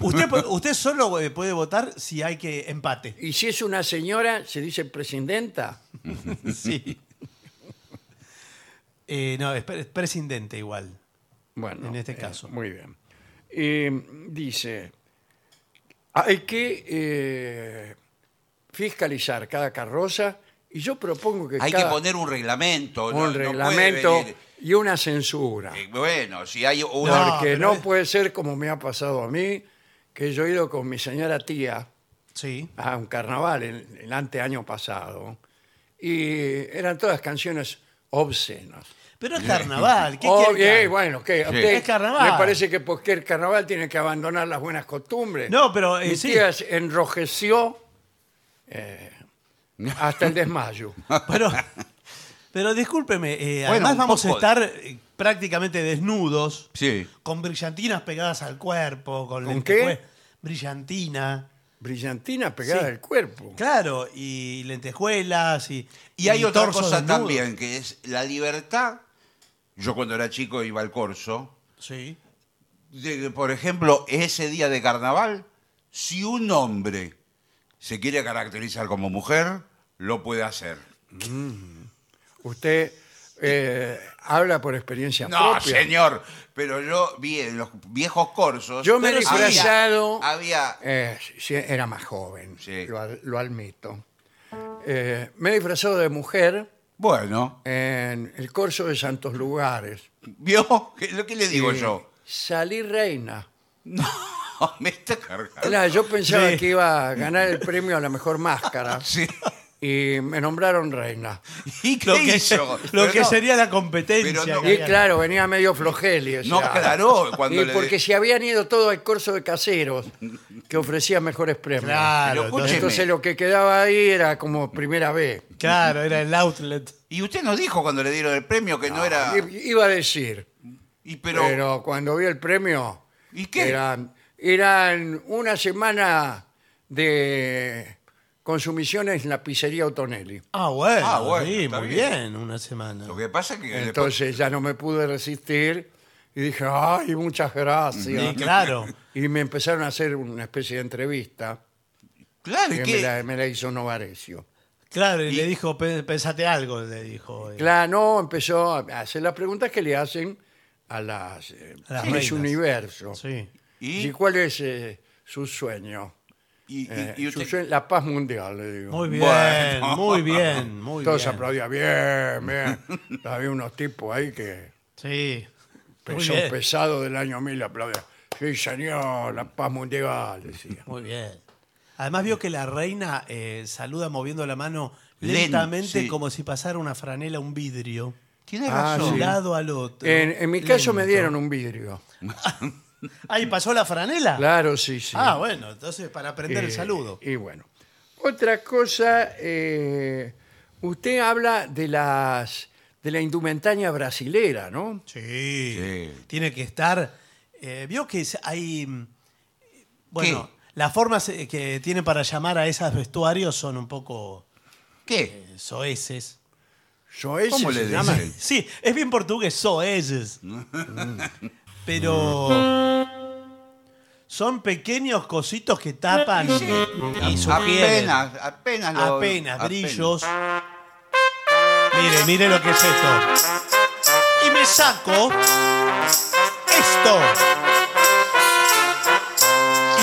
Usted, pu- usted solo eh, puede votar si hay que empate.
Y si es una señora, se dice presidenta.
Sí. Eh, no, es pre- es presidente igual.
Bueno,
En este caso.
Muy bien. Eh, dice, hay que eh, fiscalizar cada carroza y yo propongo que
Hay que
cada-
poner un reglamento.
un
no- no puede
reglamento
venir-
y una censura.
Eh, bueno, si hay uno...
No,
porque
Ah, pero
no
es-
puede ser como me ha pasado a mí, que yo he ido con mi señora tía
Sí.
a un carnaval el, el anteaño pasado y eran todas canciones obscenas.
Pero es carnaval. ¿Qué
Oh,
quiere que
eh,
haga?
bueno, ¿qué? ¿A
Sí.
usted
Es carnaval.
¿Le parece que porque el carnaval tiene que abandonar las buenas costumbres?
No, pero, eh,
Mi
sí.
tía se enrojeció eh, hasta el desmayo.
Pero, pero discúlpeme, eh,
Bueno,
además
un
vamos a
poco.
estar eh, prácticamente desnudos,
Sí.
con brillantinas pegadas al cuerpo, con,
¿Con
lentejue-
qué?
Brillantina.
Brillantina pegada
Sí.
al cuerpo.
Claro, y lentejuelas y.
Y hay otra
torsos
cosa
desnudos.
también, que es la libertad. Yo cuando era chico iba al corso.
Sí.
De que, por ejemplo, ese día de carnaval, si un hombre se quiere caracterizar como mujer, lo puede hacer.
Usted eh, habla por experiencia
No,
propia.
señor, pero yo vi en los viejos corsos.
Yo me he
Pero sí,
disfrazado.
Había. había-
Eh, sí, era más joven,
Ah. Sí.
lo, ad- lo admito. Eh, me he disfrazado de mujer
bueno,
en el corso de Santos Lugares.
¿vio? ¿Qué, lo que le digo
Eh,
yo?
Salí reina.
me está cargando.
Claro, yo pensaba
Sí.
que iba a ganar el premio a la mejor máscara.
Sí.
y me nombraron reina.
¿Y qué
Lo que,
hizo?
lo
Pero
que
no,
sería la competencia.
Pero no-
que
Y
había.
claro, venía medio flojeli. o
No,
sea,
claro, cuando
y
le-
porque si habían ido todos al curso de caseros que ofrecía mejores premios.
Claro,
Pero escúcheme.
Entonces lo que quedaba ahí era como primera vez.
Claro, era el outlet.
Y usted nos dijo cuando le dieron el premio que no, era.
I- Iba a decir,
Y pero,
pero, cuando vi el premio,
¿Y qué?
Eran, eran una semana de consumiciones en la pizzería Otonelli.
Ah, bueno.
Ah, bueno,
sí,
está
muy
bien.
bien. una semana.
lo que pasa es que después-
Entonces ya no me pude resistir y dije, ay, muchas
Sí,
gracias.
claro.
Y me empezaron a hacer una especie de entrevista
claro,
que
¿y
me
qué?
la, me la hizo Novarecio.
Claro, y, le dijo, "Pe- pensate algo, le dijo.
Claro, no, empezó a hacer las preguntas que le hacen a las, eh,
A las
Miss
reinas.
Universo.
Sí.
¿Y,
¿Y cuál es eh, su sueño?
y- y-
Eh,
y
su
usted-
sue- la paz mundial, le digo.
Muy bien,
Bueno.
muy bien, muy
Todos
bien.
aplaudían, bien, bien. Había unos tipos ahí que
Sí. Muy
peso
bien.
pesado del año 1000 aplaudían. Sí, señor, la paz mundial, decía.
Muy bien. Además vio que la reina eh, saluda moviendo la mano
Len-
lentamente
sí.
como si pasara una franela a un vidrio.
Tiene
Ah,
De
razón.
un
sí.
lado al otro.
En, en mi caso me
Lento.
dieron un vidrio.
Ahí pasó la franela.
Claro, sí, sí.
Ah, bueno, entonces para aprender el
Eh,
saludo.
Y bueno. Otra cosa, eh, usted habla de las de la indumentaria brasilera, ¿no?
Sí.
Sí.
Tiene que estar. eh, Vio que es- hay. mm, Bueno, las formas eh, que tienen para llamar a esos vestuarios son un poco
¿Qué?
eh, soeces.
Soeces
¿Cómo le
se
dicen?
llama.
Sí.
Sí, es bien portugués, soeces. Pero. Son pequeños cositos que tapan y sugieren.
Apenas, apenas lo-
apenas brillos. Mire, mire lo que es esto. Y me saco esto.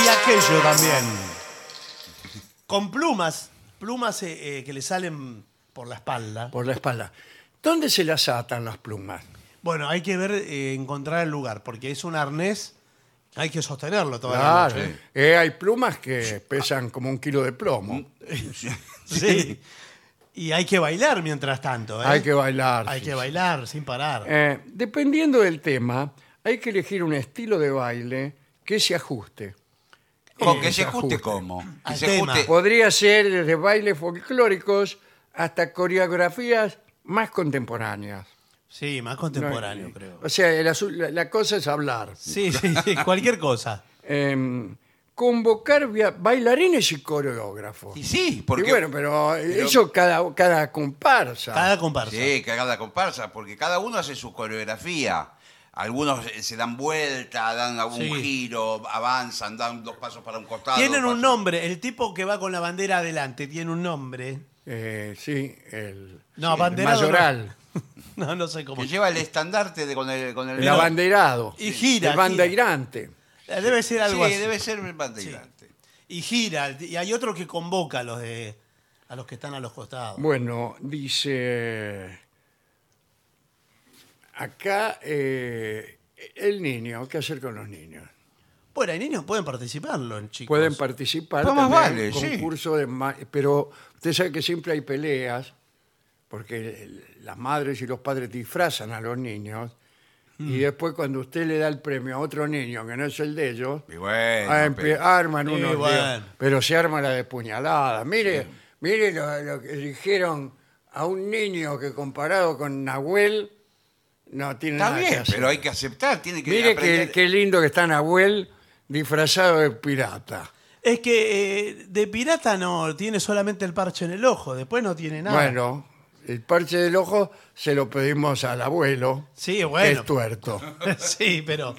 Y aquello también. Con plumas, plumas eh, eh, que le salen por la espalda.
Por la espalda. ¿Dónde se las atan las plumas?
Bueno, hay que ver, eh, encontrar el lugar, porque es un arnés, hay que sostenerlo toda la
Claro.
noche.
Eh, hay plumas que pesan como un kilo de
Mm,
plomo.
¿eh? Sí. Y hay que bailar mientras tanto. ¿eh?
Hay que bailar.
Hay
sí,
que
sí.
bailar sin parar.
Eh, dependiendo del tema, hay que elegir un estilo de baile que se ajuste.
Con
Eh,
que se ajuste
ajuste.
como. Que
Al
se
tema.
ajuste.
Podría ser desde bailes folclóricos hasta coreografías más contemporáneas.
Sí, más contemporáneo, creo.
eh, O sea, el asu- la, la cosa es hablar.
Sí, sí, sí, cualquier cosa.
Em, convocar via- bailarines y coreógrafos.
Y
Y,
sí, porque.
bueno, pero, eso cada, cada comparsa.
Cada comparsa.
Sí, que haga la comparsa, porque cada uno hace su coreografía. Algunos eh, se dan vuelta, dan algún
Sí.
giro, avanzan, dan dos pasos para un costado.
Tienen
dos
un
pasos-
nombre. El tipo que va con la bandera adelante tiene un nombre.
Eh, sí, el,
No,
el
abanderado
mayoral,
No, no sé cómo.
Que lleva el estandarte de, con el. Con el
el abanderado.
Y gira,
El
gira.
bandeirante.
Eh, Debe ser
Sí,
algo así.
debe ser el bandeirante.
Y gira. Y hay otro que convoca a los, de, a los que están a los costados.
Bueno, dice. Acá eh, el niño, ¿qué hacer con los niños?
Bueno, hay niños pueden participarlo, chicos.
Pueden participar
Pues más
también en
vale, sí.
concurso de ma- pero usted sabe que siempre hay peleas porque el- las madres y los padres disfrazan a los niños y después cuando usted le da el premio a otro niño que no es el de ellos,
Y bueno.
Ah, empe-
pero-
arman
Sí,
unos líos,
bueno.
pero se arma la de puñalada. Mire, mire lo, lo que dijeron a un niño que comparado con Nahuel no tiene
Está
nada que
bien,
hacer.
pero hay que aceptar, tiene que
Mire
aprender.
qué, qué lindo que está Nahuel disfrazado de pirata.
Es que eh, de pirata no tiene solamente el parche en el ojo. Después no tiene nada.
Bueno, el parche del ojo se lo pedimos al abuelo,
Sí,
que
bueno.
es tuerto.
sí, pero.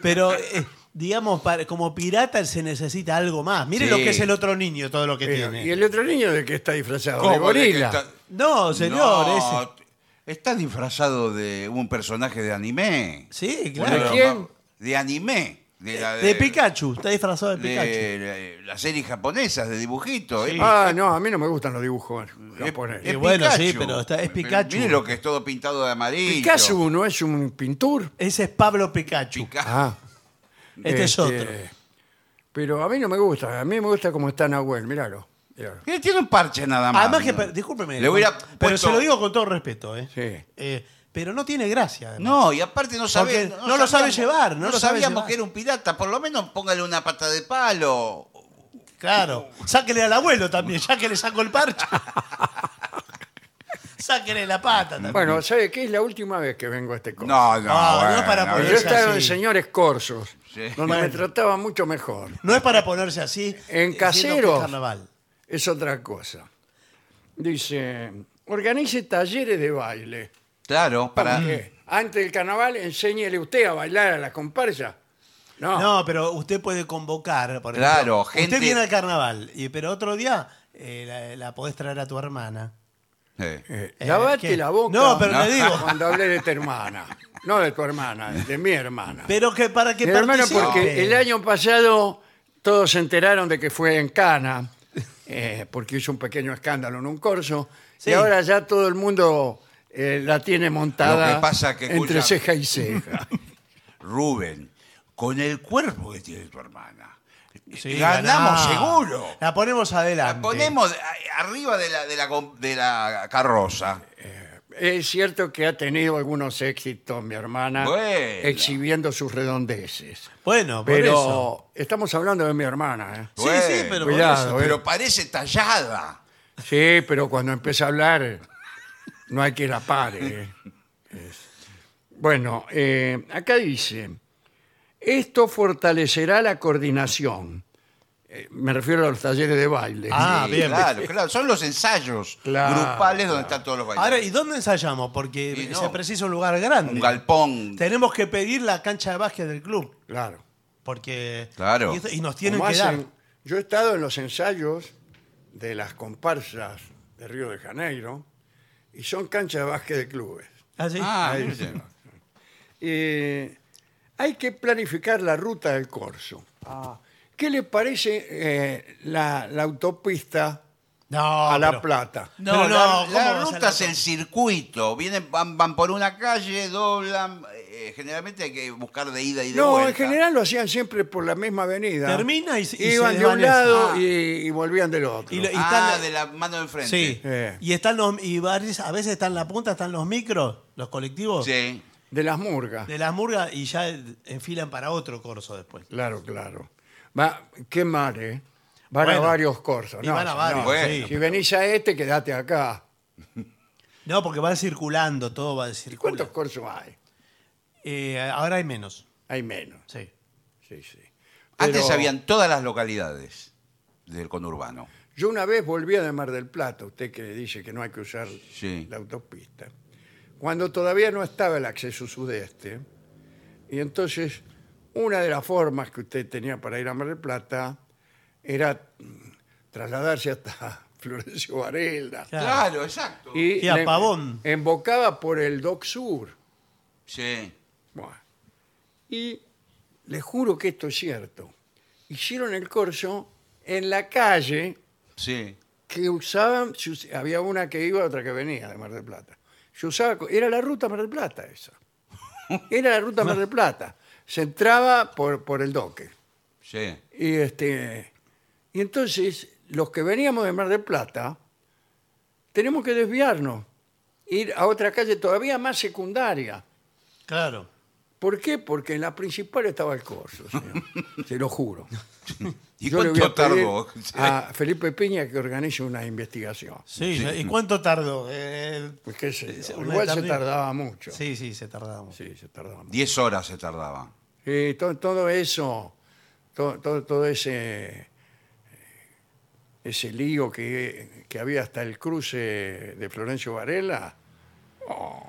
Pero, eh, digamos, para- como pirata se necesita algo más. Mire
Sí.
lo que es el otro niño, todo lo que tiene.
Eh, ¿Y el otro niño de qué está disfrazado?
¿Cómo?
de gorila.
De que está-
No, señor,
No,
ese-
Está disfrazado de un personaje de anime.
Sí,
Uno
claro. Eh,
los
quién?
más- De anime. De, la
De Pikachu, está disfrazado de Pikachu.
de la- las series japonesas de dibujitos. ¿eh?
Ah, no, a mí no me gustan los dibujos
Es-
japoneses.
es
Y bueno, sí,
Pikachu.
pero está- es
Pero
Pikachu.
Mire lo que es todo pintado de amarillo.
Picasso no es un pintor.
Ese es Pablo Pikachu.
Pica-
Ah.
Este es otro.
Pero a mí no me gusta, a mí me gusta como está Nahuel, míralo. Ya.
Que Tiene un parche nada más.
Además que,
¿no?
per- discúlpeme,
Ah, Le hubiera
pero
puesto-
se lo digo con todo respeto, ¿eh?
Sí.
Eh, pero no tiene gracia. además.
No, y aparte no sabe.
Porque no lo sabe
sabíamos-
llevar, no lo sabe
sabíamos
llevar.
que era un pirata. Por lo menos póngale una pata de palo.
Claro. Sáquele al abuelo también, ya que le sacó el parche. Sáquele la pata también.
Bueno, ¿sabe qué? Es la última vez que vengo a este curso.
No, no.
Ah, No, no es para
bueno,
Pero
poner-
yo
es
estaba en
así.
señores corsos,
Sí.
donde me trataban mucho mejor.
No es para ponerse así.
En
diciendo que es
Caseros.
carnaval.
Es otra cosa. Dice, organice talleres de baile.
Claro, para.
Porque antes del carnaval enséñele usted a bailar a las comparsas. No,
No, pero usted puede convocar, por ejemplo.
Claro, gente-
Usted viene al carnaval, y, pero otro día eh, la, la podés traer a tu hermana.
Sí.
Eh,
Eh,
lavate
¿qué?
la boca.
No, pero le digo.
Cuando hablé de tu hermana. No de tu hermana, de mi hermana.
Pero que para que
Mi hermana
participe.
porque el año pasado todos se enteraron de que fue en Cana, eh, porque hizo un pequeño escándalo en un corso,
Sí.
y ahora ya todo el mundo eh, la tiene montada
Lo que pasa que,
entre
escucha-
ceja y ceja.
Rubén, con el cuerpo que tiene tu hermana,
Sí,
ganamos
ganá.
seguro.
La ponemos adelante.
La ponemos a- arriba de la, de la, com- de la carroza.
es cierto que ha tenido algunos éxitos mi hermana
Bueno.
exhibiendo sus redondeces.
Bueno, por eso.
Pero estamos hablando de mi hermana. ¿eh?
Sí, sí, pero por
Cuidado,
eso.
eh.
Pero parece tallada.
Sí, pero cuando empieza a hablar, no hay que la pare. ¿eh? Es- Bueno, eh, acá dice, esto fortalecerá la coordinación. Eh, me refiero a los talleres de baile.
Ah,
Sí,
bien.
Claro, claro. Son los ensayos
Claro,
grupales donde
claro.
están todos los
Ahora,
bailarines.
¿y dónde ensayamos? Porque
Y no.
se precisa un lugar grande.
Un galpón.
Tenemos que pedir la cancha de básquet del club.
claro.
Porque.
Claro.
Y, esto- y nos tienen
Como
que
hacen-
dar.
Yo he estado en los ensayos de las comparsas de Río de Janeiro y son canchas de básquet de clubes.
¿Ah, sí?
Ah,
Ahí
mire.
Eh, hay que planificar la ruta del corso. ¿Qué le parece eh, la, la autopista
No,
a La
Ah, pero-
Plata?
No,
Pero no,
la,
¿cómo
la
vas a
ruta
la
es el circuito. Vienen, van, van por una calle, doblan. eh, generalmente hay que buscar de ida y de
No,
vuelta.
en general lo hacían siempre por la misma avenida.
Termina y- y se
Iban de un
desvanece.
lado
Ah.
y, y volvían del otro.
Y lo-
Ah,
están-
de la mano del frente.
Sí.
Eh.
Y están los y varios- a veces están en la punta, están los micros, los colectivos
Sí.
De las murgas.
de las murgas y ya enfilan para otro corso después.
Claro, claro. Va, qué mal, ¿eh? Van
Bueno.
a varios corsos.
Y
No,
van a varios,
Bueno.
Si
sí.
venís a este, quedate acá.
No, porque van circulando, todo va circulando.
¿Cuántos
Eh,
corsos hay?
ahora hay menos.
Hay menos.
Sí.
Sí, sí.
Antes
Pero-
sabían todas las localidades del conurbano.
Yo una vez volvía de Mar del Plata, usted que dice que no hay que usar
Sí.
la autopista, cuando todavía no estaba el acceso sudeste, y entonces una de las formas que usted tenía para ir a Mar del Plata era mm, trasladarse hasta Florencio Varela.
Claro.
exacto.
Y,
Y a
le-
Pavón.
Embocaba por el Doc Sur.
Sí.
Bueno, y le juro que esto es cierto. Hicieron el corso en la calle
Sí.
que usaban, se us- había una que iba, otra que venía de Mar del Plata. Se usaba, co- era la ruta Mar del Plata esa. Era la ruta Mar del Plata. Se entraba por, por el doque.
Sí.
Y, este, y entonces, los que veníamos de Mar del Plata, tenemos que desviarnos, ir a otra calle todavía más secundaria.
Claro.
¿Por qué? Porque en la principal estaba el corso, señor. se lo juro.
¿Y
Yo le voy
cuánto
a pedir
tardó? Ah,
a Felipe Piña que organice una investigación.
Sí, ¿y cuánto tardó? Eh,
Pues qué sé yo,
se- una
Igual se
tardía.
tardaba mucho. Sí,
Sí, sí, se tardamos.
se tardaba mucho.
Diez horas se tardaba.
Y to- todo eso, to- todo, todo ese eh, ese lío que, que había hasta el cruce de Florencio Varela, oh,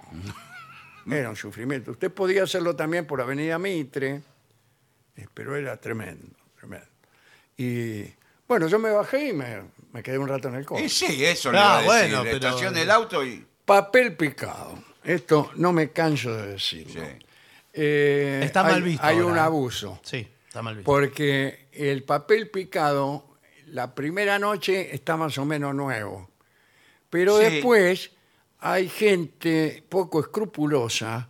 era un sufrimiento. Usted podía hacerlo también por Avenida Mitre, eh, pero era tremendo, tremendo. Y bueno, yo me bajé y me, me quedé un rato en el coche.
Eh, sí, eso
Ah,
le iba a decir.
bueno, pero-
Estaciona el auto y...
Papel picado. Esto no me canso de decirlo.
Sí.
Eh,
Está mal
hay-
visto
Hay
ahora,
un
¿eh?
abuso.
Sí, está mal visto.
Porque el papel picado, la primera noche está más o menos nuevo. Pero
Sí.
después hay gente poco escrupulosa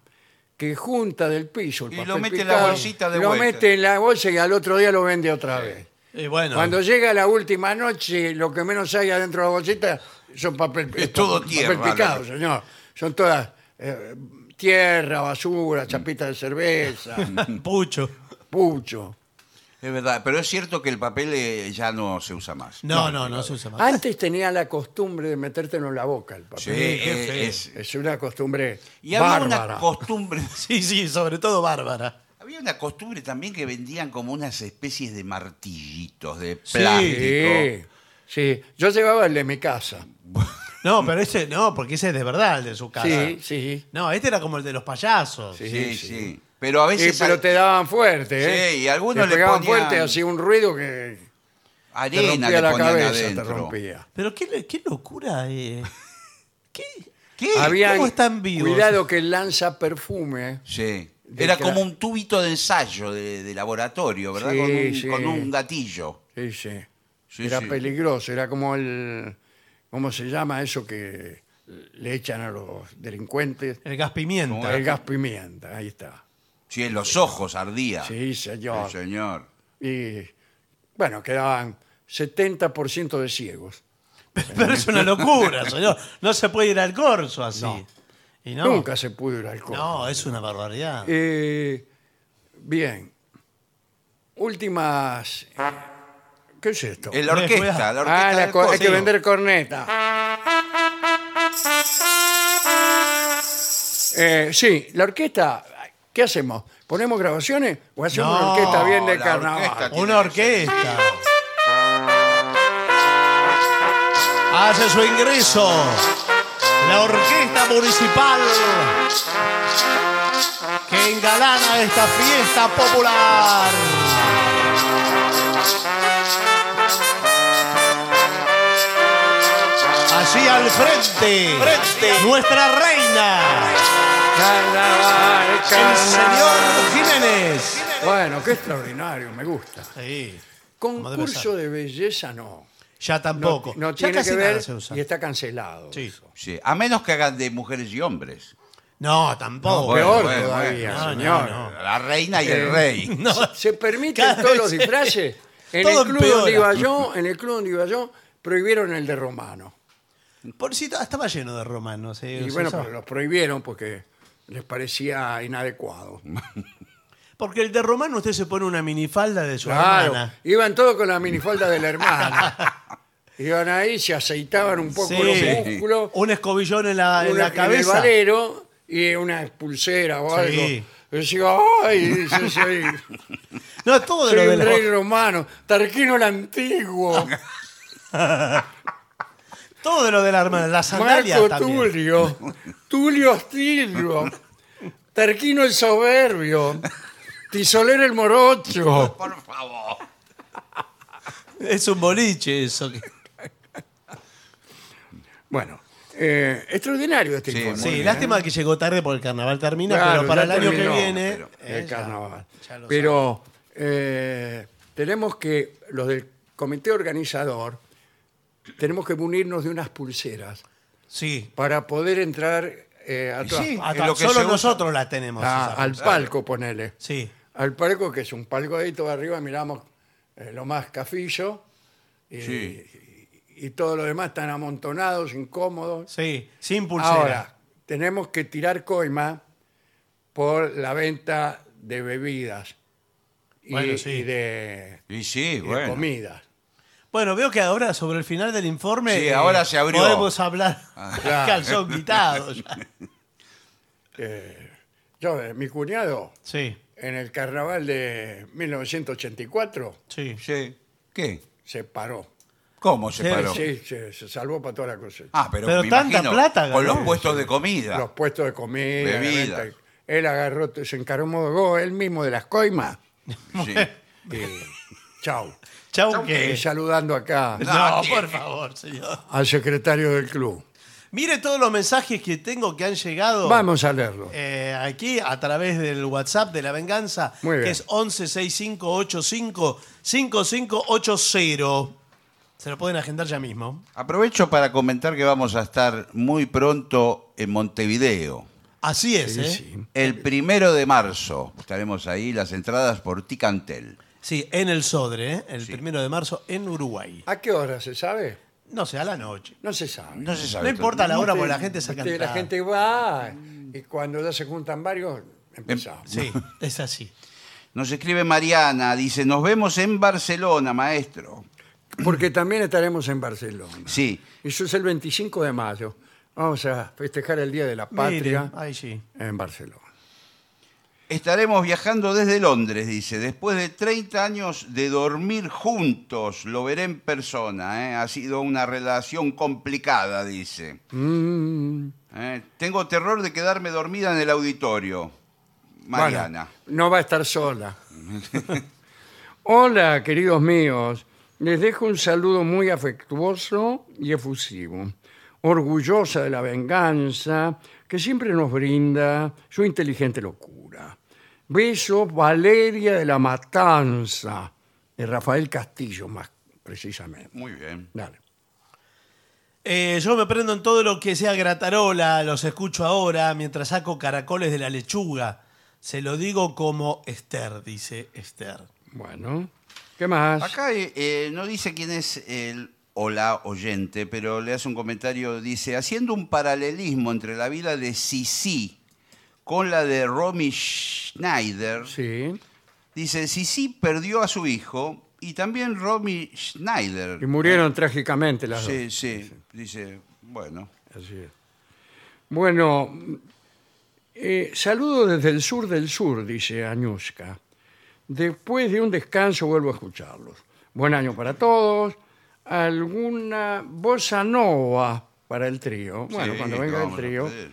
que junta del piso el
Y
papel
lo mete en la
picado,
bolsita de
lo
vuelta.
mete en la bolsa y al otro día lo vende otra vez.
Eh, bueno,
Cuando llega la última noche, lo que menos hay adentro de la bolsita son papel,
Es todo
papel
tierra,
picado,
lo que-
señor. Son todas eh, tierra, basura, chapitas de cerveza,
pucho.
pucho.
Es verdad, pero es cierto que el papel eh, ya no se usa más.
No, no, no, se usa más.
Antes tenía la costumbre de metértelo en la boca el
Sí,
papel.
eh,
feo.
es-
Es una costumbre
y había
bárbara.
una costumbre,
Sí, sí, sobre todo Bárbara.
había una costumbre también que vendían como unas especies de martillitos de
Sí.
plástico.
sí, sí. Yo llevaba el de mi casa.
No, pero ese no, porque ese es de verdad, el de su casa.
Sí, sí.
No, este era como el de los payasos.
Sí.
Sí, sí. Pero a
Sí,
veces
pero
a-
te daban fuerte, ¿eh?
Sí, y algunos
Te
le
pegaban
ponían-
fuerte, hacía un ruido que te
arena
rompía
le
la
ponían
cabeza,
adentro.
te rompía.
Pero qué, lo- qué locura. eh. ¿Qué?
¿Qué?
Habían-
¿Cómo están vivos?
Cuidado que lanza perfume.
Sí.
De
Era
que
como
la-
un tubito de ensayo de, de laboratorio, ¿verdad?
Sí,
con, un,
sí.
con un gatillo.
Sí, sí.
Sí,
era
sí.
peligroso, era como el... ¿Cómo se llama eso que le echan a los delincuentes?
El gas pimienta.
El gas pimienta, ahí está.
Sí, en los ojos ardía.
Sí, señor.
Sí, señor.
Y bueno, quedaban 70% de ciegos.
Pero es una locura, señor. No se puede ir al corso así.
No.
Y no.
Nunca se pudo ir al corte.
No, es una barbaridad.
Eh, bien. Últimas. eh, ¿Qué es esto?
En la orquesta,
Cuidado.
la orquesta.
ah, la
del
cor- hay
corso.
que vender corneta. Eh, sí, la orquesta. ¿Qué hacemos? ¿Ponemos grabaciones o hacemos
No,
una orquesta bien de
la
carnaval?
orquesta tiene
Una orquesta. Hace su ingreso la orquesta municipal que engalana esta fiesta popular. Así al frente, nuestra reina,
Carnaval,
el
carnaval.
señor Jiménez.
Bueno, qué extraordinario, me gusta.
Sí, como debe
Concurso
ser.
de belleza no.
Ya
No,
tampoco.
no
Ya
tiene
casi
que
nada
ver
se usa.
y está cancelado.
Sí.
eso.
Sí, a menos que hagan de mujeres y hombres.
No, tampoco.
Bueno,
Peor
bueno,
todavía,
bueno. Ah, No,
señor.
no,
La reina y
Eh,
el rey.
No,
Se permiten
Cada
todos
vez
los
se-
disfraces. En
todo
el club donde iba
empeora.
yo, en el club donde iba yo, prohibieron el de romano.
Pobrecito, ah, estaba lleno de romanos. eh,
Y
o sea,
bueno,
eso-
pero los prohibieron porque les parecía inadecuado.
Porque el de romano usted se pone una minifalda de su
Claro,
hermana.
iban todos con la minifalda de la hermana. Iban ahí, se aceitaban un poco
Sí.
los músculos,
Un escobillón en la, en
una-
la
en el
cabeza.
valero y una pulsera o
Sí.
algo. Y decía, ay, dice, soy,
no, todo de
soy
lo de
un
la-
rey romano, Tarquino el antiguo,
todo de lo de la hermana. Las sandalias
Marco
también.
Tulio, Tulio Hostilio, Tarquino el soberbio, Tisoler el
Oh.
morocho.
Por favor.
Es un boliche eso. que-
Bueno, eh, extraordinario este
Sí,
informe.
muy
Sí,
bien.
lástima que llegó tarde porque el carnaval termina,
Claro,
pero
ya
para el año
terminó,
que viene.
pero
El
eh, ya.
carnaval.
ya lo
Pero eh, tenemos que, los del comité organizador, tenemos que munirnos de unas pulseras
Sí.
para poder entrar eh, a todas-
sí,
a-
Ah,
Es lo que se
solo
usa.
nosotros la tenemos.
a-
esa
Ah, al
cosa.
palco, ponele.
Sí.
Al palco, que es un palco ahí, todo arriba, miramos eh, lo más cafillo. Y, y, y todo lo demás están amontonados, incómodos.
Sí, sin pulsera.
Ahora, tenemos que tirar coima por la venta de bebidas y,
Bueno, sí.
y de,
Y sí,
y de
bueno.
comida.
Bueno, veo que ahora sobre el final del informe
Sí, ahora se abrió. Ah.
podemos hablar
Claro.
calzón quitado. ya.
Yo, eh, mi cuñado,
Sí,
en el carnaval de 1984,
sí.
Sí. ¿Qué?
se paró.
¿Cómo se
Sí,
paró?
Sí, se, se salvó para toda la cosecha.
Ah, pero,
Pero
me
tanta
imagino,
plata
Con los
ganó.
puestos de comida.
Los puestos de comida. la
Bebidas.
venta. Él agarró, se encargó él mismo de las coimas.
Sí.
Y, chau.
Chau que.
Y saludando acá
No,
No,
por
tiene.
favor, señor.
al secretario del club.
Mire todos los mensajes que tengo que han llegado.
Vamos a leerlo.
eh, aquí a través del WhatsApp de La Venganza,
Muy bien.
que es 1165855580. Se lo pueden agendar ya mismo.
Aprovecho para comentar que vamos a estar muy pronto en Montevideo.
Así es,
Sí,
¿eh?
sí.
El primero de marzo estaremos ahí, las entradas por Ticantel.
Sí, en el Sodre, ¿eh? el primero de marzo, en Uruguay.
¿A qué hora se sabe?
No sé, a la noche.
No se sabe.
No se sabe.
No importa la hora,
Usted-
porque la gente se
usted-
canta.
Este, La gente va y cuando ya se juntan varios, empezamos.
Sí, es así.
Nos escribe Mariana, dice, nos vemos en Barcelona, maestro.
Porque también estaremos en Barcelona.
Sí,
Eso es el 25 de mayo. Vamos a festejar el Día de la
Patria.
Patria
ahí sí.
en Barcelona.
estaremos viajando desde Londres, dice, después de 30 años de dormir juntos, lo veré en persona, ¿eh? ha sido una relación complicada, dice.
Mm,
Eh, Tengo terror de quedarme dormida en el auditorio. Mariana.
bueno, no va a estar sola. Hola, queridos míos. Les dejo un saludo muy afectuoso y efusivo. Orgullosa de la venganza que siempre nos brinda su inteligente locura. Besos, Valeria de la Matanza, de Rafael Castillo, más precisamente.
Muy bien.
Dale.
Eh, yo me prendo en todo lo que sea gratarola, los escucho ahora mientras saco caracoles de la lechuga. Se lo digo como Esther, dice Esther.
Bueno, ¿qué más?
Acá eh, eh, no dice quién es el o la oyente, pero le hace un comentario, dice, haciendo un paralelismo entre la vida de Sisi con la de Romy Schneider,
Sí.
dice, Sisi perdió a su hijo y también Romy Schneider.
Y murieron trágicamente las dos.
Eh. Sí, sí, dice, bueno,
Así es. Bueno, eh, saludo desde el sur del sur, dice Añusca. Después de un descanso vuelvo a escucharlos. Buen año para todos. Alguna bossa nova para el trío. Bueno,
Sí,
cuando venga el
vamos a
trío
pedir.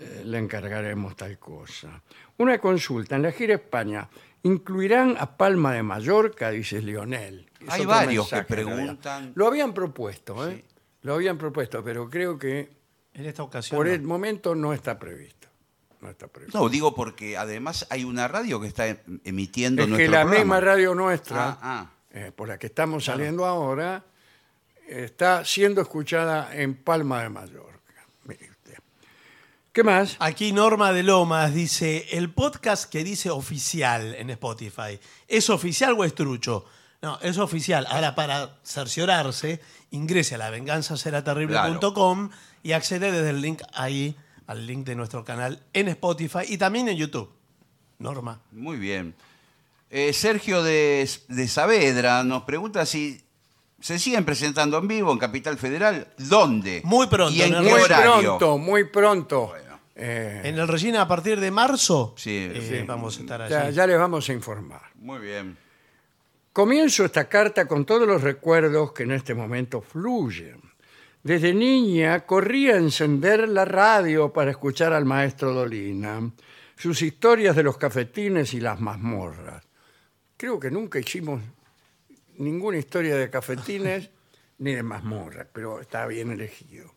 eh, le encargaremos tal cosa. Una consulta. En la gira España, ¿incluirán a Palma de Mallorca? Dice Lionel. Es
Hay
otro
varios que
mensaje, en realidad.
preguntan.
Lo habían propuesto, ¿eh? Lo habían propuesto, pero creo que
En esta ocasión.
por
no.
el momento no está previsto. No está previsto.
No, digo porque además hay una radio que está em- emitiendo
es
nuestro
que la
programa.
misma radio nuestra,
Ah, ah.
eh, por la que estamos saliendo ahora, está siendo escuchada en Palma de Mallorca. Mire usted. ¿Qué más?
Ah,
Aquí Norma de Lomas dice, el podcast que dice oficial en Spotify, ¿es oficial o es trucho? No, es oficial. Ahora, para cerciorarse, ingrese a lavenganzaseraterrible.com y accede desde el link ahí, al link de nuestro canal en Spotify y también en YouTube. Norma.
Muy bien. Eh, Sergio de, de Saavedra nos pregunta si se siguen presentando en vivo en Capital Federal. ¿Dónde?
Muy pronto,
¿Y en
en
qué
el
Muy
horario?
pronto, muy pronto.
Bueno.
Eh,
En el Regina, a partir de marzo,
Sí,
eh,
sí.
vamos a estar allí.
ya, ya les vamos a informar.
Muy bien.
Comienzo esta carta con todos los recuerdos que en este momento fluyen. Desde niña corría a encender la radio para escuchar al maestro Dolina, sus historias de los cafetines y las mazmorras. Creo que nunca hicimos ninguna historia de cafetines ni de mazmorras, pero está bien elegido.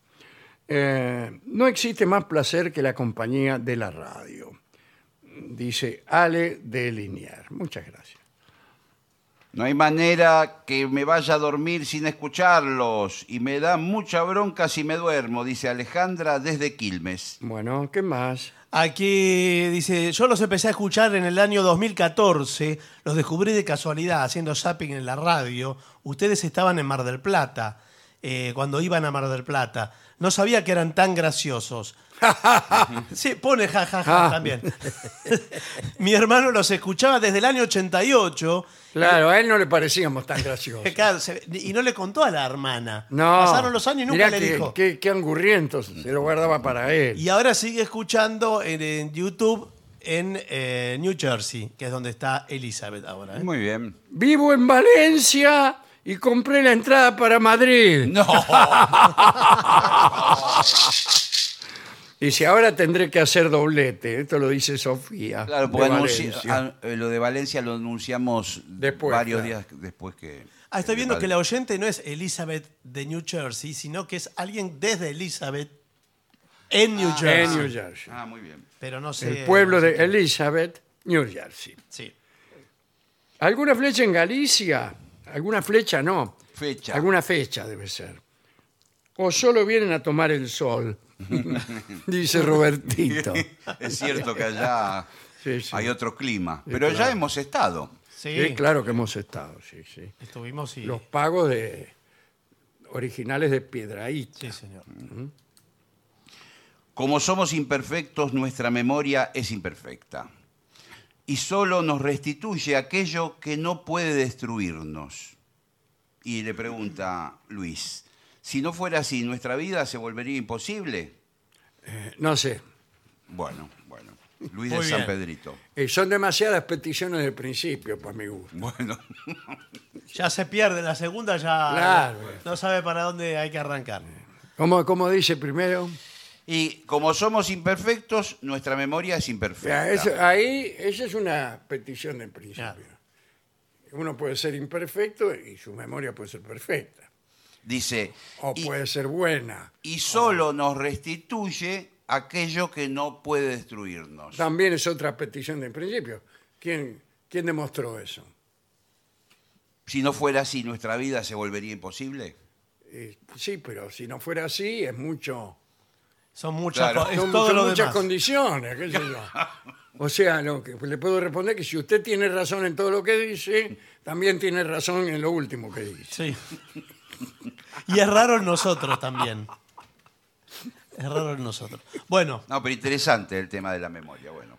Eh, no existe más placer que la compañía de la radio, dice Ale de Linier. Muchas gracias.
No hay manera que me vaya a dormir sin escucharlos y me da mucha bronca si me duermo, dice Alejandra desde Quilmes.
Bueno, ¿qué más?
Aquí dice, yo los empecé a escuchar en el año 2014, los descubrí de casualidad haciendo zapping en la radio, ustedes estaban en Mar del Plata, eh, cuando iban a Mar del Plata, no sabía que eran tan graciosos. sí, pone jajaja
Ah.
también. Mi hermano los escuchaba desde el año 88
Claro, a él no le parecíamos tan graciosos.
Claro, se- y no le contó a la hermana.
No.
Pasaron los años y nunca
Mirá
le
qué-
dijo. Mm.
Qué, qué angurrientos se lo guardaba para él.
Y ahora sigue escuchando en, en YouTube en eh, New Jersey, que es donde está Elizabeth ahora. ¿eh?
Muy bien.
Vivo en Valencia y compré la entrada para Madrid.
No,
Dice, ahora tendré que hacer doblete. Esto lo dice Sofía.
claro,
de
porque anunci-
Valencia.
ah, eh, lo de Valencia lo anunciamos
Después,
varios
claro.
días después que...
Ah, estoy
que
viendo que
Val-
la oyente no es Elizabeth de New Jersey, sino que es alguien desde Elizabeth en New Jersey.
Ah. En New Jersey.
Ah, muy bien.
Pero no sé.
El pueblo
no sé
de
qué-
Elizabeth, New Jersey.
Sí.
¿Alguna flecha en Galicia? ¿Alguna flecha no?
Fecha.
Alguna fecha debe ser. O solo vienen a tomar el sol, dice Robertito.
Es cierto que allá
Sí, sí.
hay otro clima, pero ya hemos estado.
Sí. claro que hemos estado, sí, sí.
Estuvimos y.
Los pagos de originales de Piedrahíta.
Sí, señor.
Como somos imperfectos, nuestra memoria es imperfecta. Y solo nos restituye aquello que no puede destruirnos. Y le pregunta Luis, si no fuera así, ¿nuestra vida se volvería imposible?
Eh, no sé.
Bueno, bueno. Luis
Muy
de San
bien.
Pedrito.
Eh, son demasiadas peticiones de principio, para mi gusto.
Bueno,
Ya se pierde, la segunda ya.
Claro.
No sabe para dónde hay que arrancar.
¿Cómo, cómo dice primero?
y como somos imperfectos, nuestra memoria es imperfecta.
Vea, eso- ahí, esa es una petición en principio.
Claro.
Uno puede ser imperfecto y su memoria puede ser perfecta.
Dice,
O
y,
Oh, puede ser buena.
y solo nos restituye aquello que no puede destruirnos.
También es otra petición de principio. ¿Quién, quién demostró eso?
Si no fuera así, ¿nuestra vida se volvería imposible?
Eh, sí, pero si no fuera así, es mucho.
Son muchas
Claro.
co- es
son
todo
mucho-
lo
muchas
demás.
condiciones, qué sé yo. O sea, lo que le puedo responder que si usted tiene razón en todo lo que dice, también tiene razón en lo último que dice.
Sí. Y es raro en nosotros también. Es raro en nosotros. Bueno,
No, pero interesante el tema de la memoria, bueno.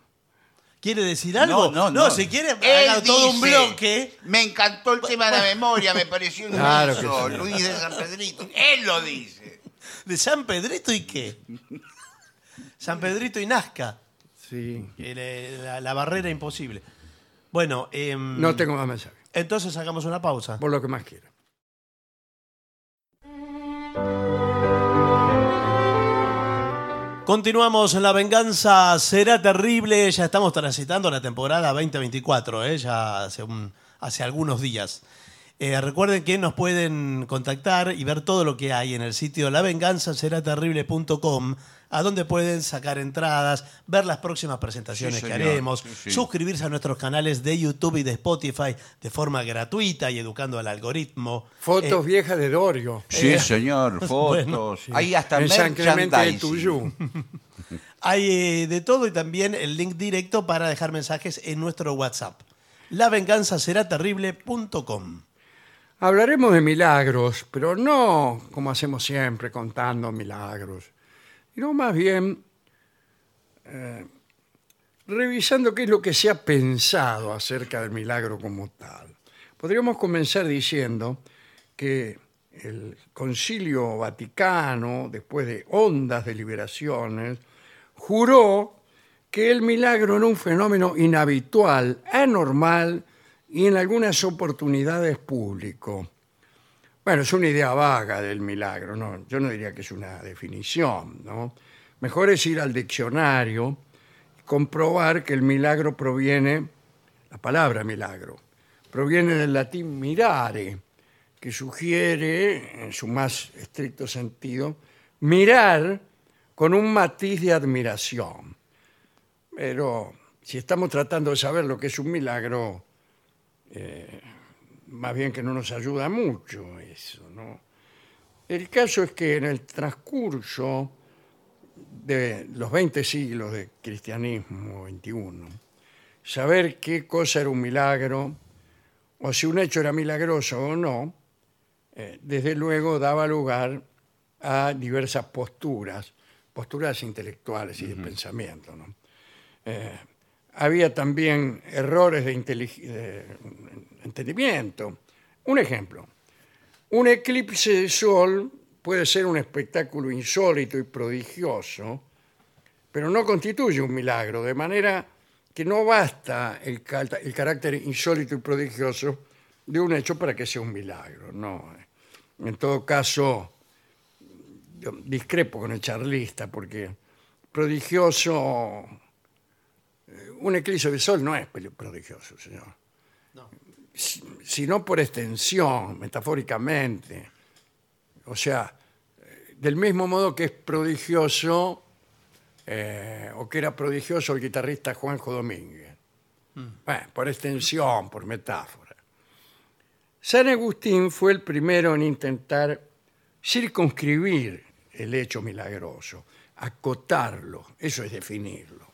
¿quiere decir algo?
No, no, no.
si quiere,
Él
haga todo un
dice,
bloque.
Me encantó el tema de la memoria, me pareció un
Claro que sí.
Luis de San Pedrito. Él lo dice.
¿De San Pedrito y qué? San Pedrito y Nazca.
Sí.
que le- La, la barrera imposible. Bueno, em,
No tengo más mensajes.
entonces hagamos una pausa.
Por lo que más quiera.
Continuamos en La Venganza Será Terrible. Ya estamos transitando la temporada 2024, ¿eh? ya hace, un- hace algunos días. Eh, recuerden que nos pueden contactar y ver todo lo que hay en el sitio lavenganzaseraterrible.com, a donde pueden sacar entradas, ver las próximas presentaciones
Sí,
que
señor.
haremos,
Sí, sí.
suscribirse a nuestros canales de YouTube y de Spotify de forma gratuita y educando al algoritmo.
Fotos
Eh,
viejas de Dorio.
Sí, señor, fotos.
Bueno,
Eh, Hay hasta
en San Clemente de
merchandising.
Tuyú.
Hay eh, de todo y también el link directo para dejar mensajes en nuestro WhatsApp. Lavenganzaseraterrible.com.
Hablaremos de milagros, pero no como hacemos siempre, contando milagros, sino más bien eh, revisando qué es lo que se ha pensado acerca del milagro como tal. Podríamos comenzar diciendo que el Concilio Vaticano, después de ondas deliberaciones, juró que el milagro era un fenómeno inhabitual, anormal y en algunas oportunidades público. Bueno, es una idea vaga del milagro, ¿no? yo no diría que es una definición. ¿no? Mejor es ir al diccionario y comprobar que el milagro proviene, la palabra milagro, proviene del latín mirare, que sugiere, en su más estricto sentido, mirar con un matiz de admiración. Pero si estamos tratando de saber lo que es un milagro, eh, más bien que no nos ayuda mucho eso, ¿no? El caso es que en el transcurso de los 20 siglos de cristianismo 21, saber qué cosa era un milagro o si un hecho era milagroso o no, eh, desde luego daba lugar a diversas posturas, posturas intelectuales y de pensamiento, ¿no? Eh, había también errores de, intelig- de entendimiento. Un ejemplo, un eclipse de sol puede ser un espectáculo insólito y prodigioso, pero no constituye un milagro, de manera que no basta el, cal- el carácter insólito y prodigioso de un hecho para que sea un milagro. No. En todo caso, yo discrepo con el charlista, porque prodigioso un eclipse de sol no es peli- prodigioso, señor. Si- Sino por extensión, metafóricamente. O sea, eh, del mismo modo que es prodigioso, eh, o que era prodigioso el guitarrista Juanjo Domínguez. Bueno, por extensión, por metáfora. San Agustín fue el primero en intentar circunscribir el hecho milagroso, acotarlo, eso es definirlo.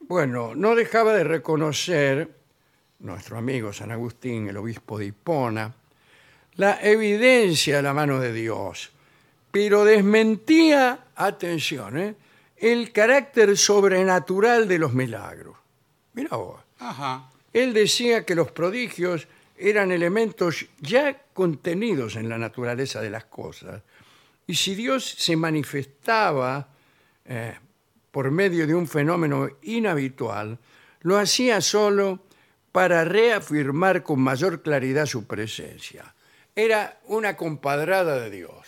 Bueno, no dejaba de reconocer nuestro amigo San Agustín, el obispo de Hipona, la evidencia de la mano de Dios, pero desmentía, atención, ¿eh? el carácter sobrenatural de los milagros. Mira vos,
Ajá.
él decía que los prodigios eran elementos ya contenidos en la naturaleza de las cosas. Y si Dios se manifestaba eh, por medio de un fenómeno inhabitual, lo hacía solo para reafirmar con mayor claridad su presencia. Era una compadrada de Dios.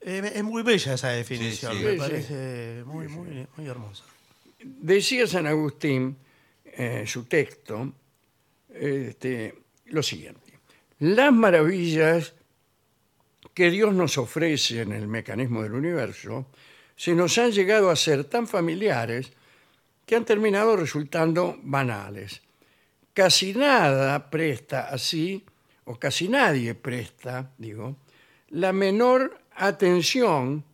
Eh, es muy bella esa definición,
Sí, sí.
me
Sí, sí.
parece muy, muy, muy hermosa.
decía San Agustín, eh, su texto, este, lo siguiente. Las maravillas que Dios nos ofrece en el mecanismo del universo se nos han llegado a ser tan familiares que han terminado resultando banales. Casi nada presta así, o casi nadie presta, digo, la menor atención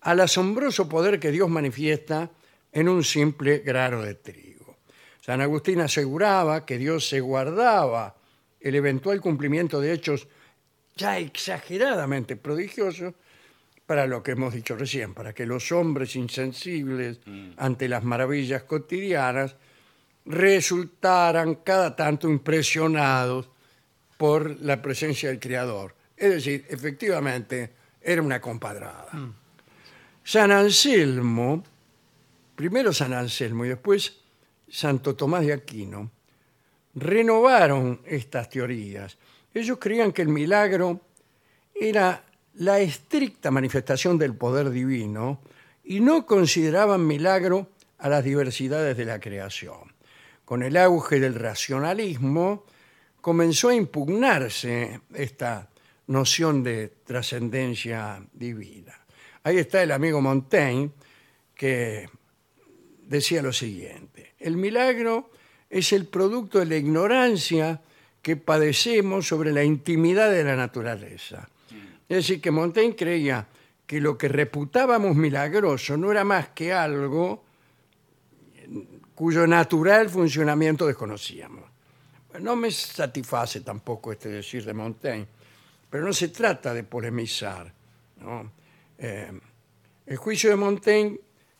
al asombroso poder que Dios manifiesta en un simple grano de trigo. San Agustín aseguraba que Dios se guardaba el eventual cumplimiento de hechos ya exageradamente prodigiosos para lo que hemos dicho recién, para que los hombres insensibles ante las maravillas cotidianas resultaran cada tanto impresionados por la presencia del Creador. Es decir, efectivamente, era una compadrada. San Anselmo, primero San Anselmo y después Santo Tomás de Aquino, renovaron estas teorías. Ellos creían que el milagro era la estricta manifestación del poder divino y no consideraban milagro a las diversidades de la creación. Con el auge del racionalismo comenzó a impugnarse esta noción de trascendencia divina. Ahí está el amigo Montaigne que decía lo siguiente, el milagro es el producto de la ignorancia que padecemos sobre la intimidad de la naturaleza. Es decir, que Montaigne creía que lo que reputábamos milagroso no era más que algo cuyo natural funcionamiento desconocíamos. No me satisface tampoco este decir de Montaigne, pero no se trata de polemizar. ¿no? Eh, el juicio de Montaigne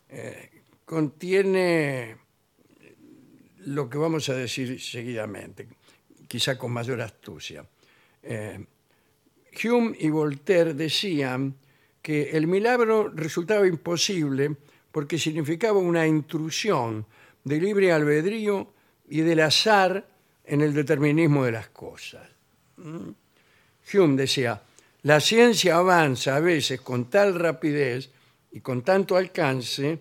eh, contiene lo que vamos a decir seguidamente, quizá con mayor astucia. Eh, Hume y Voltaire decían que el milagro resultaba imposible porque significaba una intrusión de libre albedrío y del azar en el determinismo de las cosas. Hume decía, la ciencia avanza a veces con tal rapidez y con tanto alcance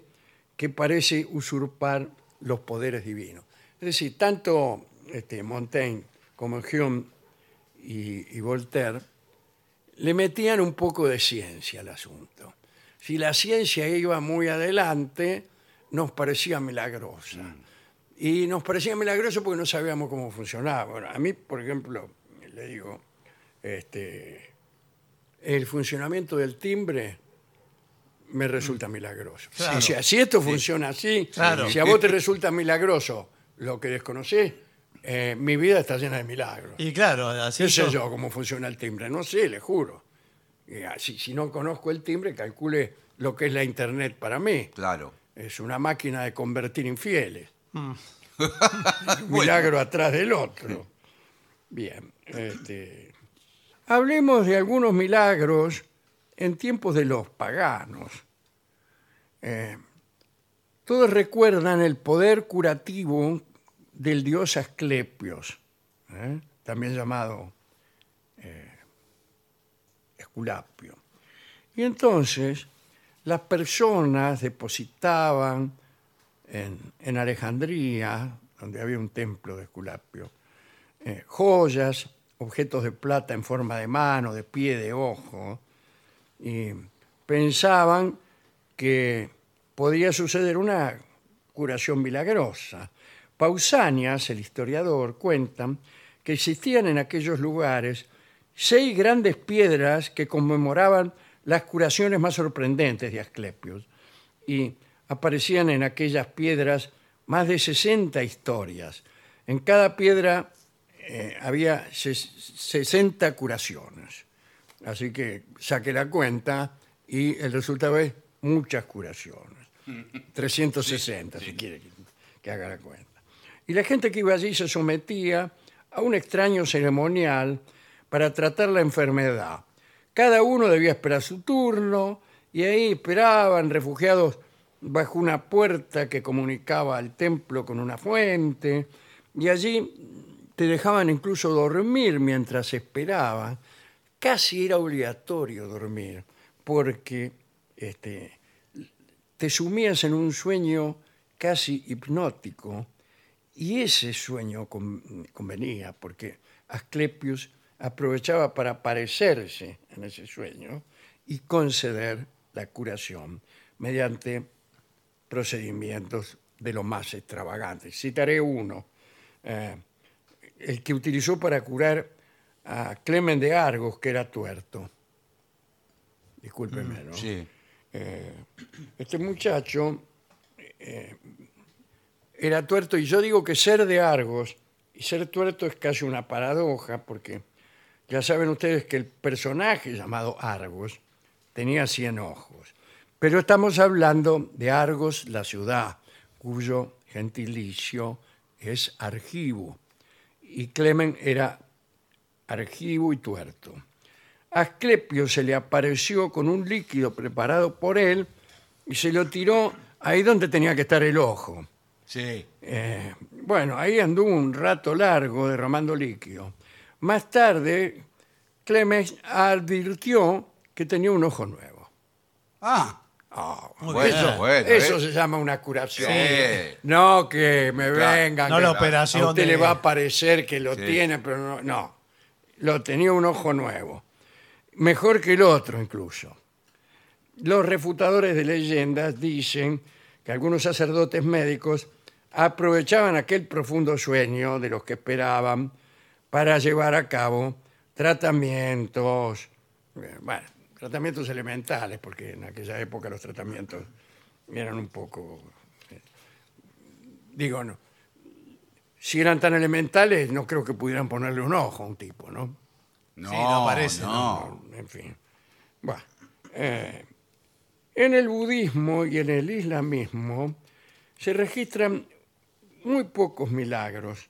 que parece usurpar los poderes divinos. Es decir, tanto este, Montaigne como Hume y, y Voltaire le metían un poco de ciencia al asunto. Si la ciencia iba muy adelante, nos parecía milagrosa.
Mm.
Y nos parecía milagroso porque no sabíamos cómo funcionaba. Bueno, a mí, por ejemplo, le digo, este, el funcionamiento del timbre me resulta milagroso.
Mm. Claro.
O sea, si esto funciona así,
Claro.
si a vos te resulta milagroso lo que desconocés, eh, mi vida está llena de milagros.
Y claro, así
¿Qué sé
yo-
yo cómo funciona el timbre? No sé, le juro. Y así, si no conozco el timbre, calcule lo que es la Internet para mí.
Claro.
Es una máquina de convertir infieles. Un milagro atrás del otro. Bien. este, Hablemos de algunos milagros en tiempos de los paganos. Eh, todos recuerdan el poder curativo del dios Asclepios, ¿eh? también llamado eh, Esculapio. Y entonces las personas depositaban en, en Alejandría, donde había un templo de Esculapio, eh, joyas, objetos de plata en forma de mano, de pie, de ojo, y pensaban que podía suceder una curación milagrosa. Pausanias, el historiador, cuentan que existían en aquellos lugares seis grandes piedras que conmemoraban las curaciones más sorprendentes de Asclepios y aparecían en aquellas piedras más de 60 historias, En cada piedra eh, había ses- 60 curaciones. Así que saqué la cuenta y el resultado es muchas curaciones. 360, si quiere que, que haga la cuenta. Y la gente que iba allí se sometía a un extraño ceremonial para tratar la enfermedad. Cada uno debía esperar su turno y ahí esperaban refugiados bajo una puerta que comunicaba al templo con una fuente y allí te dejaban incluso dormir mientras esperaban. Casi era obligatorio dormir porque este, te sumías en un sueño casi hipnótico y ese sueño con- convenía porque Asclepius aprovechaba para aparecerse en ese sueño y conceder la curación mediante procedimientos de lo más extravagantes. Citaré uno, eh, el que utilizó para curar a Clemen de Argos, que era tuerto. Discúlpeme, ¿no?
Sí.
Este muchacho eh, era tuerto y yo digo que ser de Argos y ser tuerto es casi una paradoja porque ya saben ustedes que el personaje llamado Argos tenía 100 ojos. Pero estamos hablando de Argos, la ciudad, cuyo gentilicio es Argivo. Y Clemen era Argivo y tuerto. Asclepio se le apareció con un líquido preparado por él y se lo tiró ahí donde tenía que estar el ojo.
Sí.
Eh, bueno, ahí anduvo un rato largo derramando líquido. Más tarde, Clemens advirtió que tenía un ojo nuevo.
Ah,
Ah,
Muy
bueno,
bien.
bueno.
eso
¿eh?
se llama una curación.
Sí.
No que me
Claro.
vengan.
No
que
la
A
operación.
usted
de-
le va a parecer que lo
Sí.
tiene, pero no, no. Lo tenía un ojo nuevo. Mejor que el otro incluso. Los refutadores de leyendas dicen que algunos sacerdotes médicos aprovechaban aquel profundo sueño de los que esperaban para llevar a cabo tratamientos, eh, bueno, tratamientos elementales, porque en aquella época los tratamientos eran un poco, eh, digo, no, si eran tan elementales, no creo que pudieran ponerle un ojo a un tipo, ¿no?
No,
Sí, no parece,
no.
En fin. Bueno, eh, en el budismo y en el islamismo se registran muy pocos milagros.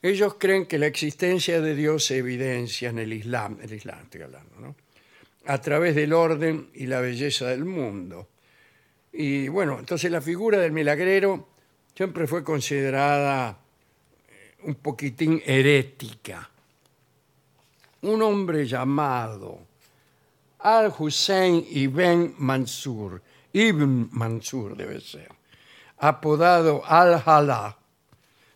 Ellos creen que la existencia de Dios se evidencia en el Islam, el Islam estoy hablando, ¿no? a través del orden y la belleza del mundo. Y bueno, entonces la figura del milagrero siempre fue considerada eh, un poquitín herética. Un hombre llamado Al-Hussein Ibn Mansur, Ibn Mansur debe ser, apodado Al-Hala,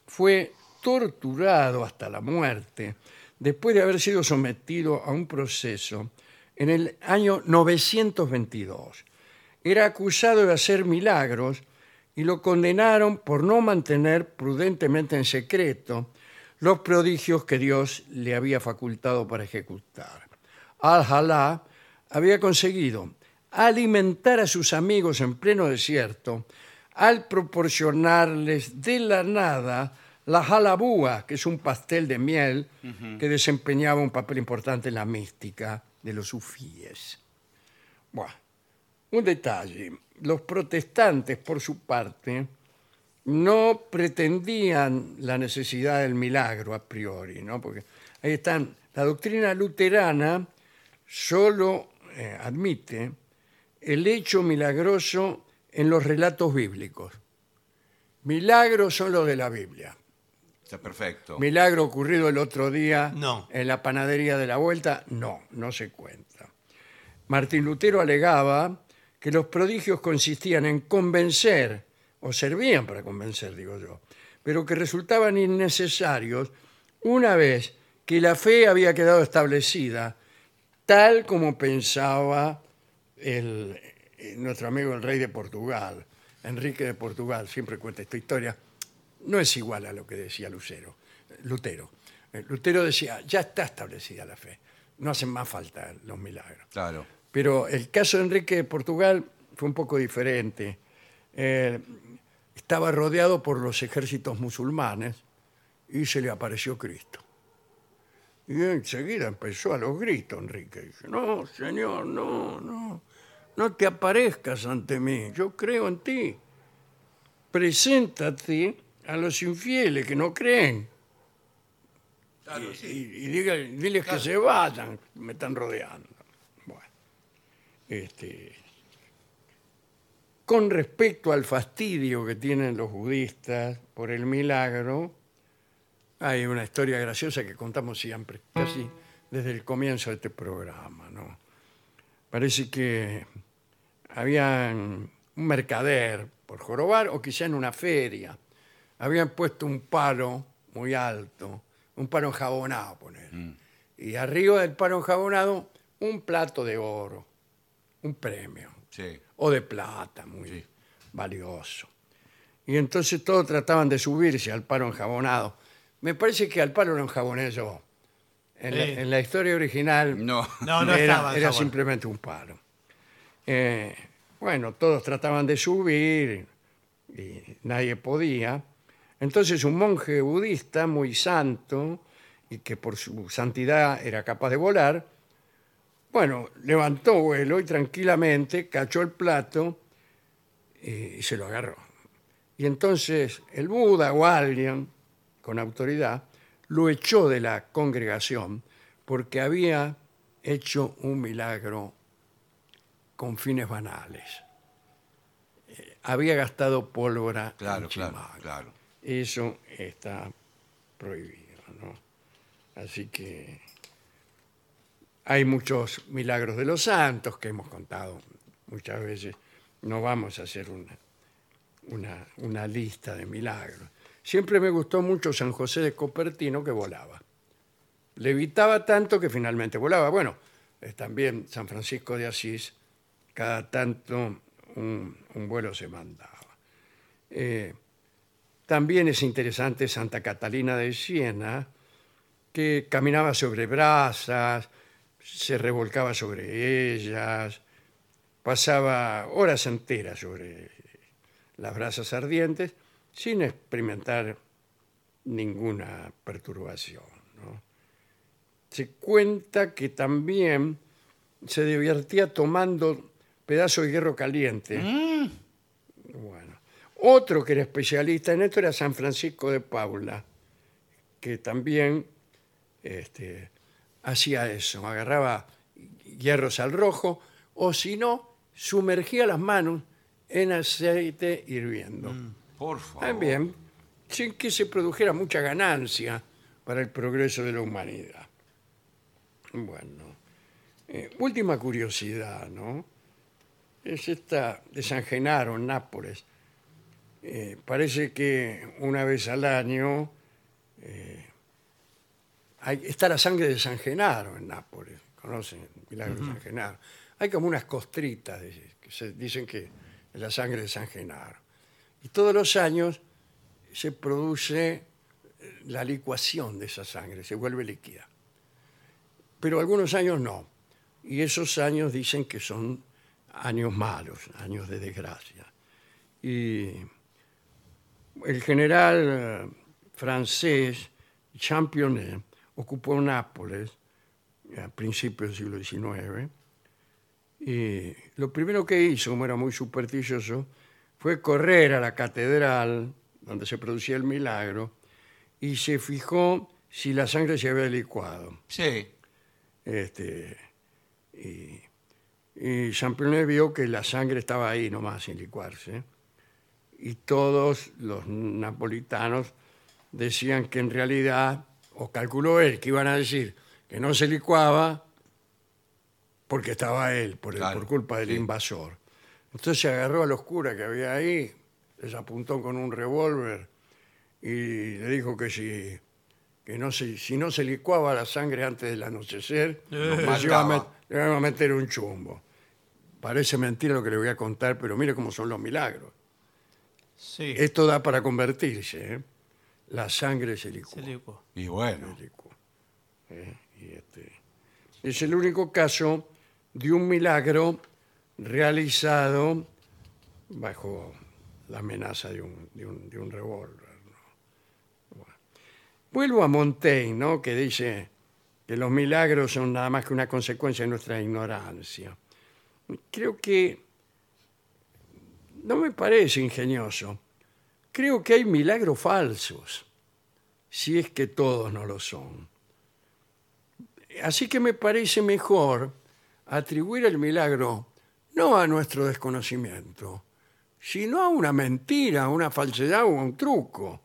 fue torturado hasta la muerte después de haber sido sometido a un proceso en el año 922. Era acusado de hacer milagros y lo condenaron por no mantener prudentemente en secreto los prodigios que Dios le había facultado para ejecutar. Al-Jalá había conseguido alimentar a sus amigos en pleno desierto al proporcionarles de la nada la jalabúa, que es un pastel de miel que desempeñaba un papel importante en la mística de los sufíes. Buah. Un detalle, los protestantes por su parte no pretendían la necesidad del milagro a priori, ¿no? Porque ahí están, la doctrina luterana solo eh, admite el hecho milagroso en los relatos bíblicos. Milagros son los de la Biblia.
Está perfecto.
Milagro ocurrido el otro día
No.
en la panadería de la vuelta, no, no se cuenta. Martín Lutero alegaba que los prodigios consistían en convencer, o servían para convencer, digo yo, pero que resultaban innecesarios una vez que la fe había quedado establecida, tal como pensaba el- eh, nuestro amigo el rey de Portugal, Enrique de Portugal, siempre cuenta esta historia, no es igual a lo que decía Lucero, Lutero. Eh, Lutero decía, ya está establecida la fe, no hacen más falta los milagros.
Claro.
Pero el caso de Enrique de Portugal fue un poco diferente. Eh, estaba rodeado por los ejércitos musulmanes y se le apareció Cristo. Y enseguida empezó a los gritos, Enrique. Dice, no, señor, no, no, no te aparezcas ante mí, yo creo en ti. Preséntate a los infieles que no creen
Claro,
y,
sí.
y- y diga- diles que se vayan, me están rodeando. Bueno, este, con respecto al fastidio que tienen los budistas por el milagro, hay una historia graciosa que contamos siempre, casi desde el comienzo de este programa. ¿no? Parece que había un mercader por jorobar o quizá en una feria. Habían puesto un palo muy alto, un palo enjabonado, poner. Y arriba del palo enjabonado, un plato de oro, un premio,
Sí.
o de plata, muy valioso. Y entonces todos trataban de subirse al palo enjabonado. Me parece que al palo lo enjaboné yo. En, la,
Sí.
en la historia original
No.
No, no
era,
estaba.
era
estaba.
simplemente un palo. Eh, bueno, todos trataban de subir y nadie podía. Entonces un monje budista muy santo y que por su santidad era capaz de volar, bueno, levantó vuelo y tranquilamente cachó el plato eh, y se lo agarró. Y entonces el Buda o alguien con autoridad lo echó de la congregación porque había hecho un milagro con fines banales. Eh, había gastado pólvora
Claro,
en
claro,
Chimanga.
claro.
Eso está prohibido, ¿no? Así que hay muchos milagros de los santos que hemos contado muchas veces. No vamos a hacer una, una, una lista de milagros. Siempre me gustó mucho San José de Copertino que volaba. Levitaba tanto que finalmente volaba. Bueno, eh, también San Francisco de Asís, cada tanto un, un vuelo se mandaba. Eh, también es interesante Santa Catalina de Siena, que caminaba sobre brasas, se revolcaba sobre ellas, pasaba horas enteras sobre las brasas ardientes sin experimentar ninguna perturbación. ¿no? Se cuenta que también se divertía tomando pedazos de hierro caliente. Bueno. Otro que era especialista en esto era San Francisco de Paula, que también este, hacía eso, agarraba hierros al rojo o si no, sumergía las manos en aceite hirviendo.
Por favor.
También, sin que se produjera mucha ganancia para el progreso de la humanidad. Bueno, eh, última curiosidad, ¿no? Es esta de San Genaro, en Nápoles. Eh, parece que una vez al año eh, hay- está la sangre de San Genaro en Nápoles. ¿Conocen el milagro de San Genaro? Hay como unas costritas, dice, que se- dicen que es la sangre de San Genaro. Y todos los años se produce eh, la licuación de esa sangre, se vuelve líquida. Pero algunos años no. Y esos años dicen que son años malos, años de desgracia. Y el general eh, francés Championnet ocupó Nápoles a principios del siglo XIX y lo primero que hizo, como era muy supersticioso, fue correr a la catedral donde se producía el milagro y se fijó si la sangre se había licuado.
Sí.
Este, y, y Championet vio que la sangre estaba ahí nomás sin licuarse. Y todos los napolitanos decían que en realidad, o calculó él, que iban a decir que no se licuaba porque estaba él, por, el-
Claro,
por culpa del
sí.
invasor. Entonces agarró a los curas que había ahí, les apuntó con un revólver y le dijo que si que no se, si no se licuaba la sangre antes del anochecer, nos iba a met-
mataba.
le iban a meter un chumbo. Parece mentira lo que le voy a contar, pero mire cómo son los milagros.
Sí,
Esto da para convertirse. ¿eh? La sangre se licúa.
se licuó.
Y bueno.
se licúa. ¿eh? Y este, es el único caso de un milagro realizado bajo la amenaza de un, de un- de un revólver. ¿no? Bueno. Vuelvo a Montaigne, ¿no? que dice que los milagros son nada más que una consecuencia de nuestra ignorancia. Creo que no me parece ingenioso. Creo que hay milagros falsos, si es que todos no lo son. Así que me parece mejor atribuir el milagro no a nuestro desconocimiento, sino a una mentira, a una falsedad o a un truco.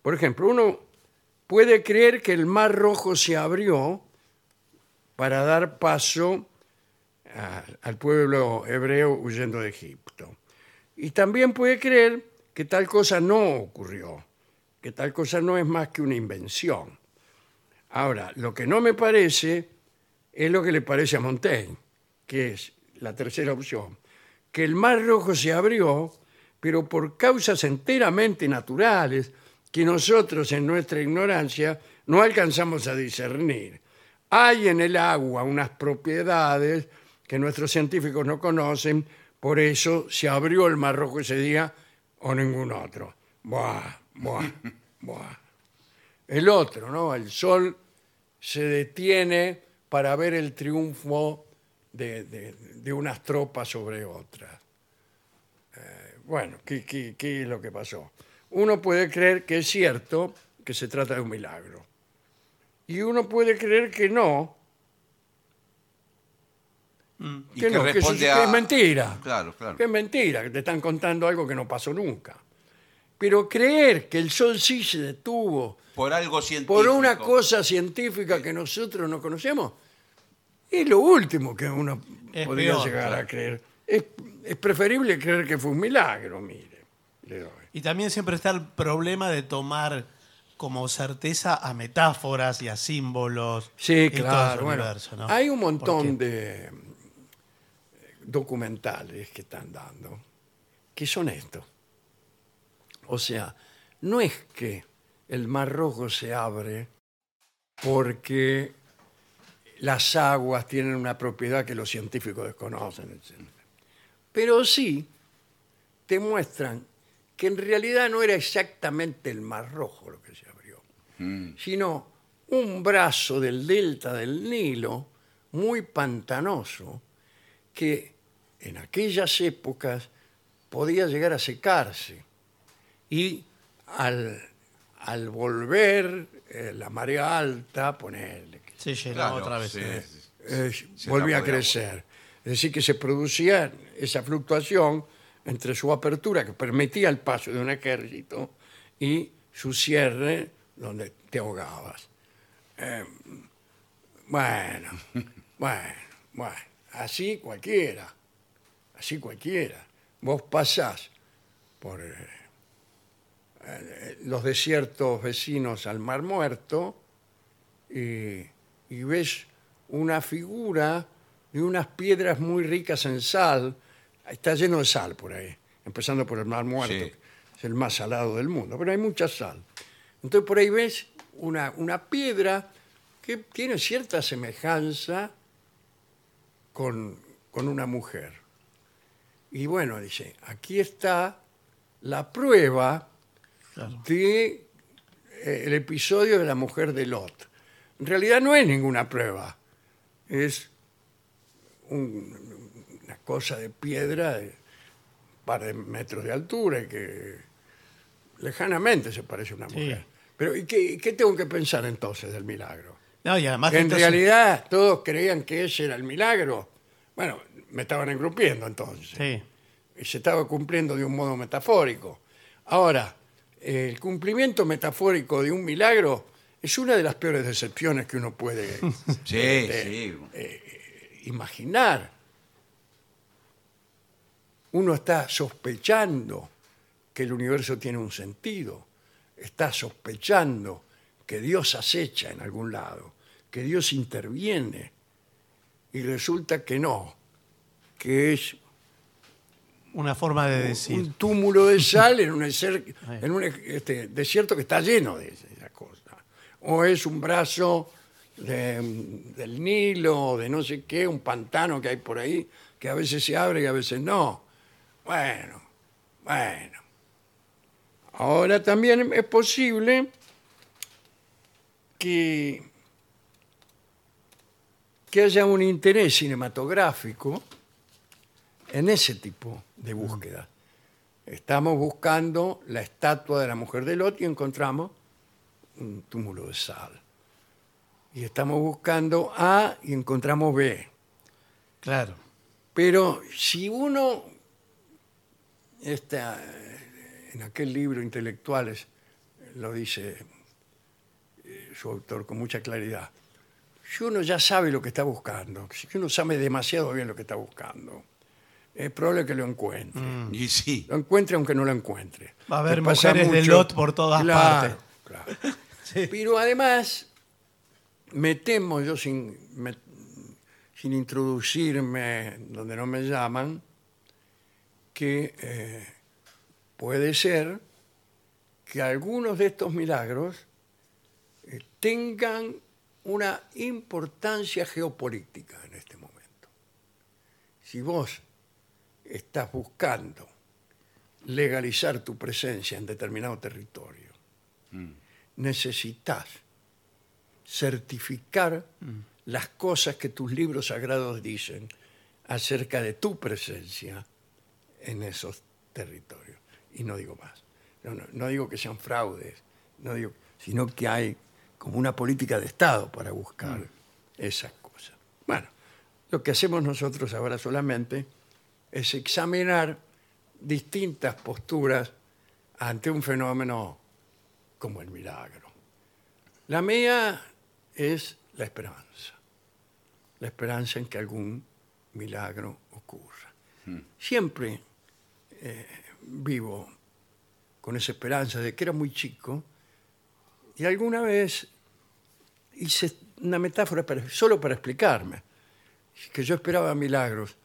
Por ejemplo, uno puede creer que el mar rojo se abrió para dar paso a- al pueblo hebreo huyendo de Egipto. Y también puede creer que tal cosa no ocurrió, que tal cosa no es más que una invención. Ahora, lo que no me parece es lo que le parece a Montaigne, que es la tercera opción, que el mar rojo se abrió, pero por causas enteramente naturales que nosotros en nuestra ignorancia no alcanzamos a discernir. Hay en el agua unas propiedades que nuestros científicos no conocen, por eso se abrió el mar rojo ese día o ningún otro. Buah, buah, buah el otro, ¿no? El sol se detiene para ver el triunfo de, de- de unas tropas sobre otras. Eh, bueno, ¿qué, qué, qué es lo que pasó? Uno puede creer que es cierto que se trata de un milagro. Y uno puede creer que no,
Y
que, no, que, eso- que es mentira.
Claro, claro.
Que es mentira, que te están contando algo que no pasó nunca. Pero creer que el sol sí se detuvo
Por algo científico.
por una cosa científica que nosotros no conocemos, es lo último que uno
Es
podría
peor,
llegar
claro.
a creer. Es, es preferible creer que fue un milagro, mire. le doy.
Y también siempre está el problema de tomar como certeza a metáforas y a símbolos.
Sí,
y todo
claro.
ese
bueno,
universo, ¿no?
Hay un montón
Porque
de eh, documentales que están dando que son estos. O sea, no es que el Mar Rojo se abre porque las aguas tienen una propiedad que los científicos desconocen, etc. Pero sí te muestran que en realidad no era exactamente el Mar Rojo lo que se abrió sino un brazo del delta del Nilo muy pantanoso que en aquellas épocas podía llegar a secarse y al, al volver eh, la marea alta, ponerle,
Se llenó
Claro,
otra vez.
sí,
¿eh?
sí.
eh,
se
volvía a
tapó de
crecer. Es decir, que se producía esa fluctuación entre su apertura, que permitía el paso de un ejército, y su cierre, donde te ahogabas. Eh, bueno, bueno, bueno, así cualquiera, así cualquiera. Vos pasás por eh, eh, los desiertos vecinos al Mar Muerto, y, y ves una figura de unas piedras muy ricas en sal. Está lleno de sal por ahí, empezando por el Mar Muerto,
Sí.
que es el más salado del mundo, pero hay mucha sal. Entonces por ahí ves una, una piedra que tiene cierta semejanza con, con una mujer. Y bueno, dice, aquí está la prueba
Claro.
de eh, el episodio de la mujer de Lot. En realidad no es ninguna prueba, es un- una cosa de piedra de un par de metros de altura y que lejanamente se parece a una
Sí.
mujer. Pero ¿y qué, qué tengo que pensar entonces del milagro?
No, y además
Que en
Ah, entonces-
realidad todos creían que ese era el milagro. Bueno, me estaban engrupiendo entonces
Sí.
y se estaba cumpliendo de un modo metafórico. Ahora, eh, el cumplimiento metafórico de un milagro es una de las peores decepciones que uno puede
Sí,
Este,
sí.
imaginar. Uno está sospechando que el universo tiene un sentido, está sospechando que Dios acecha en algún lado, que Dios interviene, y resulta que no, que es
Una forma de decir.
un túmulo de sal en un, eser- en un este, desierto que está lleno de esas cosas. O es un brazo de, mm, del Nilo, de no sé qué, un pantano que hay por ahí, que a veces se abre y a veces no. Bueno, bueno. Ahora también es posible que, que haya un interés cinematográfico en ese tipo de búsqueda. Estamos buscando la estatua de la mujer de Lot y encontramos un túmulo de sal. Y estamos buscando A y encontramos B.
Claro.
Pero si uno está en aquel libro Intelectuales, lo dice eh, su autor con mucha claridad, si uno ya sabe lo que está buscando, si uno sabe demasiado bien lo que está buscando, es probable que lo encuentre.
Y sí.
Lo encuentre aunque no lo encuentre.
Va a haber
Le pasa
mujeres de
mucho.
Lot por todas
Claro,
partes.
claro. Pero además, me temo yo sin, me- sin introducirme donde no me llaman, que eh, puede ser que algunos de estos milagros eh, tengan una importancia geopolítica en este momento. Si vos estás buscando legalizar tu presencia en determinado territorio, necesitas certificar las cosas que tus libros sagrados dicen acerca de tu presencia en esos territorios. Y no digo más. No, no- no digo que sean fraudes, no digo, sino que hay como una política de Estado para buscar esas cosas. Bueno, lo que hacemos nosotros ahora solamente es examinar distintas posturas ante un fenómeno como el milagro. La mía es la esperanza. La esperanza en que algún milagro ocurra. Siempre eh, vivo con esa esperanza de que era muy chico y alguna vez hice una metáfora para- solo para explicarme que yo esperaba milagros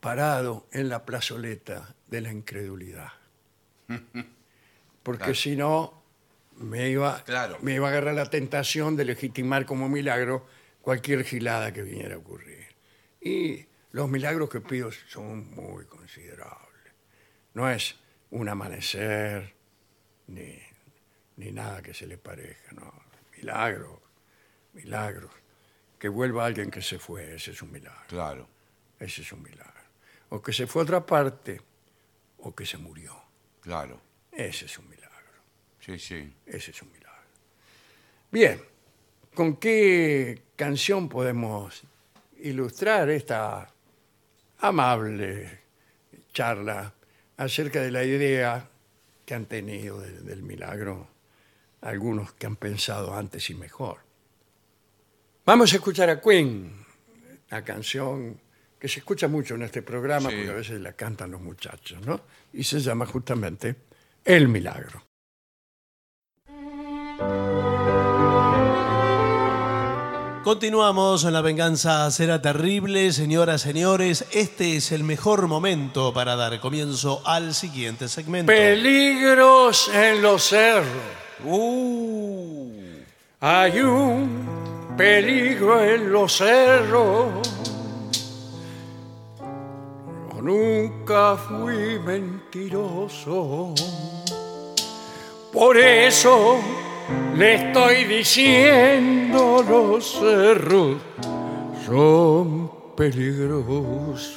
parado en la plazoleta de la incredulidad. Porque
Claro.
si no, me iba,
Claro.
me iba a agarrar la tentación de legitimar como milagro cualquier gilada que viniera a ocurrir. Y los milagros que pido son muy considerables. No es un amanecer ni, ni nada que se le parezca, no. Milagro, milagros. Que vuelva alguien que se fue, ese es un milagro.
Claro.
Ese es un milagro. O que se fue a otra parte, o que se murió.
Claro.
Ese es un milagro.
Sí, sí.
Ese es un milagro. Bien, ¿con qué canción podemos ilustrar esta amable charla acerca de la idea que han tenido de- del milagro algunos que han pensado antes y mejor? Vamos a escuchar a Queen, la canción que se escucha mucho en este programa
Sí.
porque a veces la cantan los muchachos, ¿no? Y se llama justamente El Milagro.
Continuamos en La Venganza Será Terrible, señoras, señores. Este es el mejor momento para dar comienzo al siguiente segmento.
Peligros en los cerros.
Uh.
Hay un peligro en los cerros. Yo nunca fui mentiroso. Por eso le estoy diciendo los cerros son peligrosos.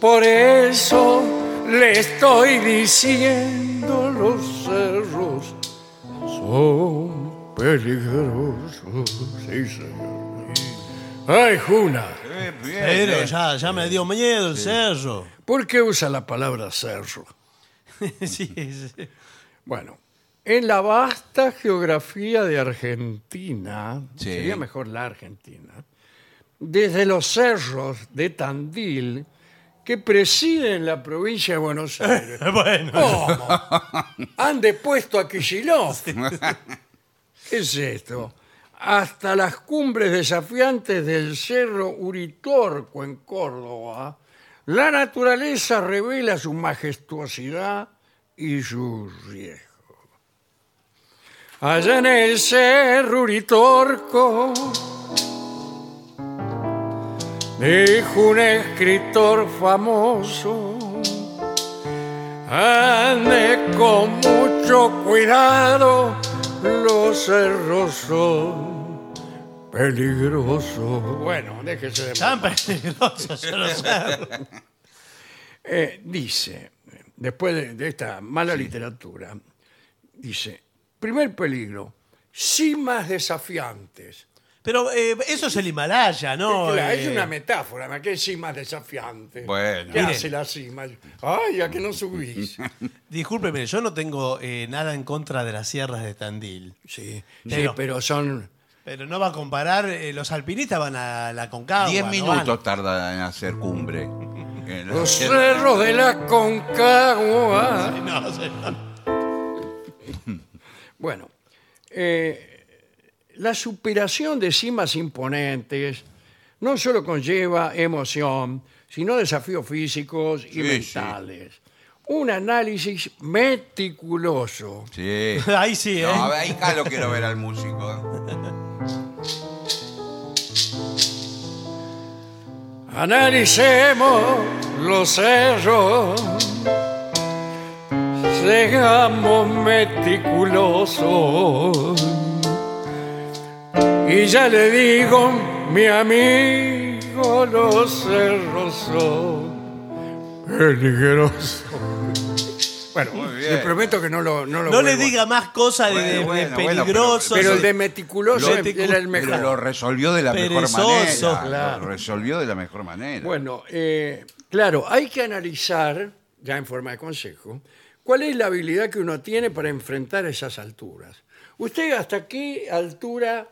Por eso le estoy diciendo los cerros son peligrosos. Sí, señor. Ay, Juna,
Qué bien,
Pero
eh.
ya, ya me dio miedo el cerro.
¿por qué usa la palabra cerro?
Sí, sí.
Bueno, en la vasta geografía de Argentina,
Sí.
sería mejor la Argentina, desde los cerros de Tandil que presiden la provincia de Buenos Aires.
Bueno,
¿Cómo? Han depuesto a Kicillof. ¿Qué es esto? Hasta las cumbres desafiantes del cerro Uritorco en Córdoba, la naturaleza revela su majestuosidad y su riesgo. Allá en el cerro Uritorco dijo un escritor famoso ande con mucho cuidado Los cerros son peligrosos. Ah, Bueno, déjese de...
Tan peligrosos son los cerros.
Eh, dice, después de, de esta mala literatura, dice, primer peligro, cimas desafiantes.
Pero eh, eso es el Himalaya, ¿no?
Claro, es
Eh,
una metáfora, ¿ma? ¿qué cimas desafiantes?
Bueno.
¿Qué
Mire.
hace la cima? Ay, ¿a qué no subís?
Discúlpeme, yo no tengo eh, nada en contra de las sierras de Tandil.
Sí, pero,
Pero-
sí, pero son...
Pero no va a comparar, eh, los alpinistas van a la Concagua.
Diez
no
minutos tarda en hacer cumbre. En la-
Los cerros de la Concagua...
van. No, señor.
Bueno, eh, la superación de cimas imponentes no solo conlleva emoción, sino desafíos físicos y
Sí,
mentales. Un análisis meticuloso.
Sí.
Ahí sí, ¿eh?
No, a ver, ahí acá lo quiero ver al músico. ¿eh?
Analicemos los errores. Seamos meticulosos. Y ya le digo, mi amigo, los cerros son peligrosos. Bueno,
Muy bien.
le prometo que no lo No, lo
No le
vuelvo a-
diga más cosas de- de, de
Bueno, bueno, bueno,
peligroso.
Pero el
Lo-
de meticuloso
lo-
era el mejor.
Pero lo resolvió de la
Perezoso,
mejor manera.
claro.
Lo resolvió de la mejor manera.
Bueno, eh, claro, hay que analizar, ya en forma de consejo, cuál es la habilidad que uno tiene para enfrentar esas alturas. ¿Usted hasta qué altura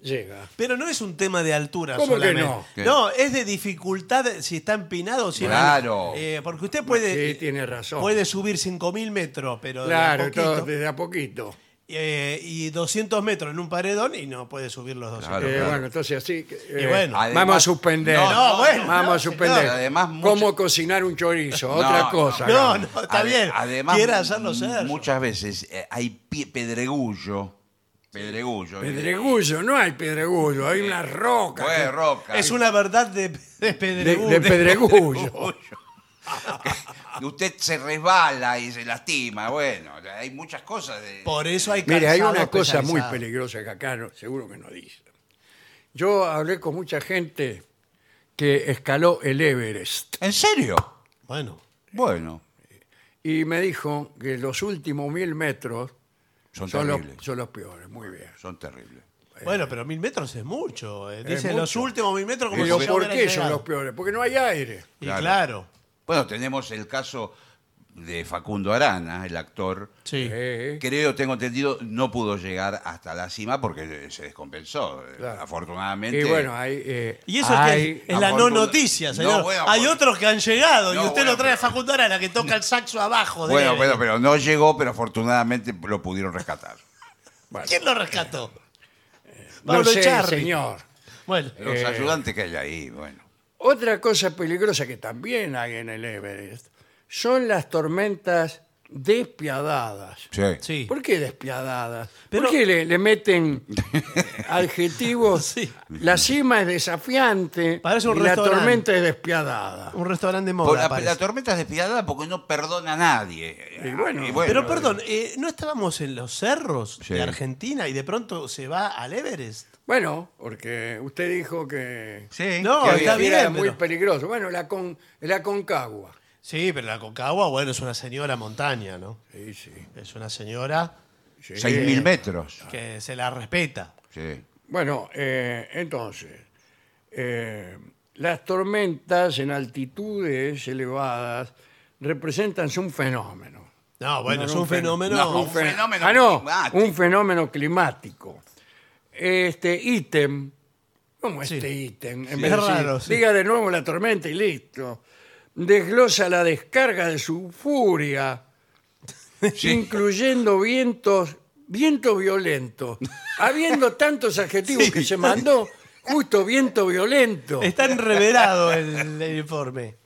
llega?
Pero no es un tema de altura
¿Cómo que
solamente.
no?
¿Qué?
No, es de dificultad si está empinado o si
Claro.
Eh, porque usted puede
Sí, tiene razón.
puede subir 5000 metros, pero de a
claro,
poquito,
todo desde a poquito.
eh, y 200 metros en un paredón y no puede subir los 200.
Claro,
Eh,
claro.
Bueno, entonces así. eh,
bueno.
vamos a
Además-
suspender.
No,
no, bueno,
Vamos
no,
a suspender.
señor. Además, mucho-
¿Cómo cocinar un chorizo? Otra
no,
cosa.
No,
hagamos.
no, está
Ade-
bien.
Además,
Quiera hacerlo ser.
muchas veces eh, hay pie- pedregullo. Pedregullo.
Pedregullo, no hay pedregullo, hay una roca.
Bueno, roca.
Es una verdad de, de
de,
pedregullo.
de pedregullo.
Y usted se resbala y se lastima. Bueno, hay muchas cosas de.
Por eso hay
Mire, hay
calzados
una cosa muy
especializados.
peligrosa que acá no- seguro que no dice. Yo hablé con mucha gente que escaló el Everest
¿En serio?
Bueno,
Bueno,
y me dijo que los últimos mil metros
son,
son los,
terribles.
son los peores. Muy bien.
Son terribles.
bueno, pero mil metros es mucho. eh. Dice
Eh. mucho.
los últimos mil metros como
Pero
si ya
¿por
hubiera
qué son
llegado.
los peores? Porque no hay aire.
Y
Claro.
claro.
Bueno, tenemos el caso de Facundo Arana, el actor.
Sí.
Eh,
Creo, tengo entendido, no pudo llegar hasta la cima porque se descompensó.
Claro.
Afortunadamente.
y bueno, hay, eh,
Y eso
hay-
es, que es la no
afortuna-
noticia, señor.
No, bueno,
Hay
bueno.
otros que han llegado y
No,
usted lo
bueno,
trae a
pero-
Facundo Arana que toca el saxo abajo de
Bueno,
él.
pero, pero no llegó, pero afortunadamente lo pudieron rescatar.
bueno,
¿Quién lo rescató?
no
Pablo
sé,
Echarri.
señor.
Bueno,
Los
Eh.
ayudantes que hay ahí, bueno.
Otra cosa peligrosa que también hay en el Everest son las tormentas despiadadas.
Sí.
sí.
¿Por qué despiadadas?
Pero-
¿Por qué le, le meten adjetivos?
Sí.
La cima es desafiante
Parece un
y la
restaurante.
tormenta es despiadada.
Un restaurante de
Por
moda.
la,
parece.
la tormenta es despiadada porque no perdona a nadie.
Y bueno,
pero perdón, eh, ¿no estábamos en los cerros
Sí.
de Argentina y de pronto se va al Everest?
Bueno, porque usted dijo que,
Sí.
No,
que
Que
está
era
había-
bien,
muy
pero-
peligroso. Bueno, la, con, la Concagua.
Sí, pero la Concagua, bueno, es una señora montaña, ¿no?
Sí, sí.
Es una señora
sí.
6.000 metros.
que se la respeta.
Sí.
Bueno, eh, entonces, eh, las tormentas en altitudes elevadas representan un fenómeno.
No, bueno,
No,
es
no,
un
un fen-
fenómeno.
no,
un fe-
fenómeno
ah, no,
climático.
un fenómeno climático. Este ítem, ¿cómo
Sí.
este ítem? En
Sí.
vez de
Es
decir,
raro, sí.
Diga de nuevo la tormenta y listo. Desglosa la descarga de su furia, incluyendo vientos, viento violento. Habiendo tantos adjetivos que se mandó, justo viento violento.
Está enreverado el, el informe.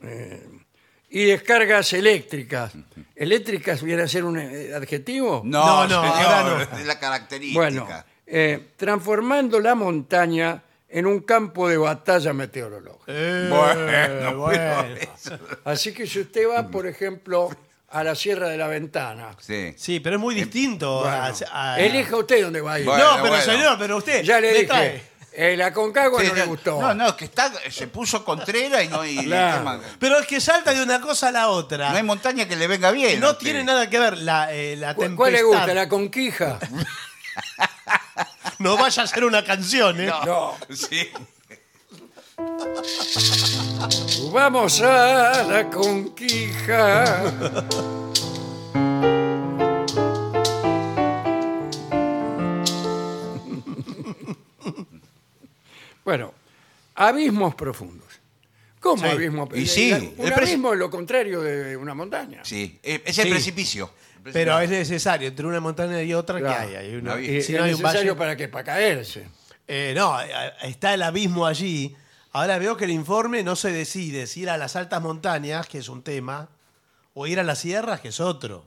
Y descargas eléctricas. ¿Eléctricas viene a ser un eh, adjetivo?
No,
No, no,
señor,
ahora no.
es la característica.
Bueno, eh, transformando la montaña en un campo de batalla meteorológica.
Eh,
Bueno, pero
bueno.
eso-
Así que si usted va, por ejemplo, a la Sierra de la Ventana.
Sí.
Sí, pero es muy distinto a-
Bueno,
a-
elija usted dónde va a ir.
Em, Bueno,
no, pero
bueno.
señor, pero usted.
ya le
me
dije,
trae.
el Aconcagua
Sí,
no le gustó.
No, no, que está, se puso contrera y no hay.
Claro.
qué más-
Pero es que salta de una cosa a la otra.
No hay montaña que le venga bien. a
No
usted.
tiene nada que ver la, eh, la
¿Cu-
tempestad.
¿Cuál le gusta? ¿La Conquija?
No vaya a ser una canción, ¿eh?
No.
Sí.
Vamos a la Conquija. bueno, abismos profundos. ¿Cómo
Sí,
abismos
y
profundos?
sí,
un
el preci-
abismo es lo contrario de una montaña.
Sí. Eh, Es el
Sí.
precipicio.
Pero es necesario, entre una montaña y otra,
Claro.
¿qué hay? Hay una-
No
Y
había-
si
es
no hay un
Eh, necesario
valle.
para que para caerse.
Eh, no, eh, está el abismo allí. Ahora veo que el informe no se decide si ir a las altas montañas, que es un tema, o ir a las sierras, que es otro.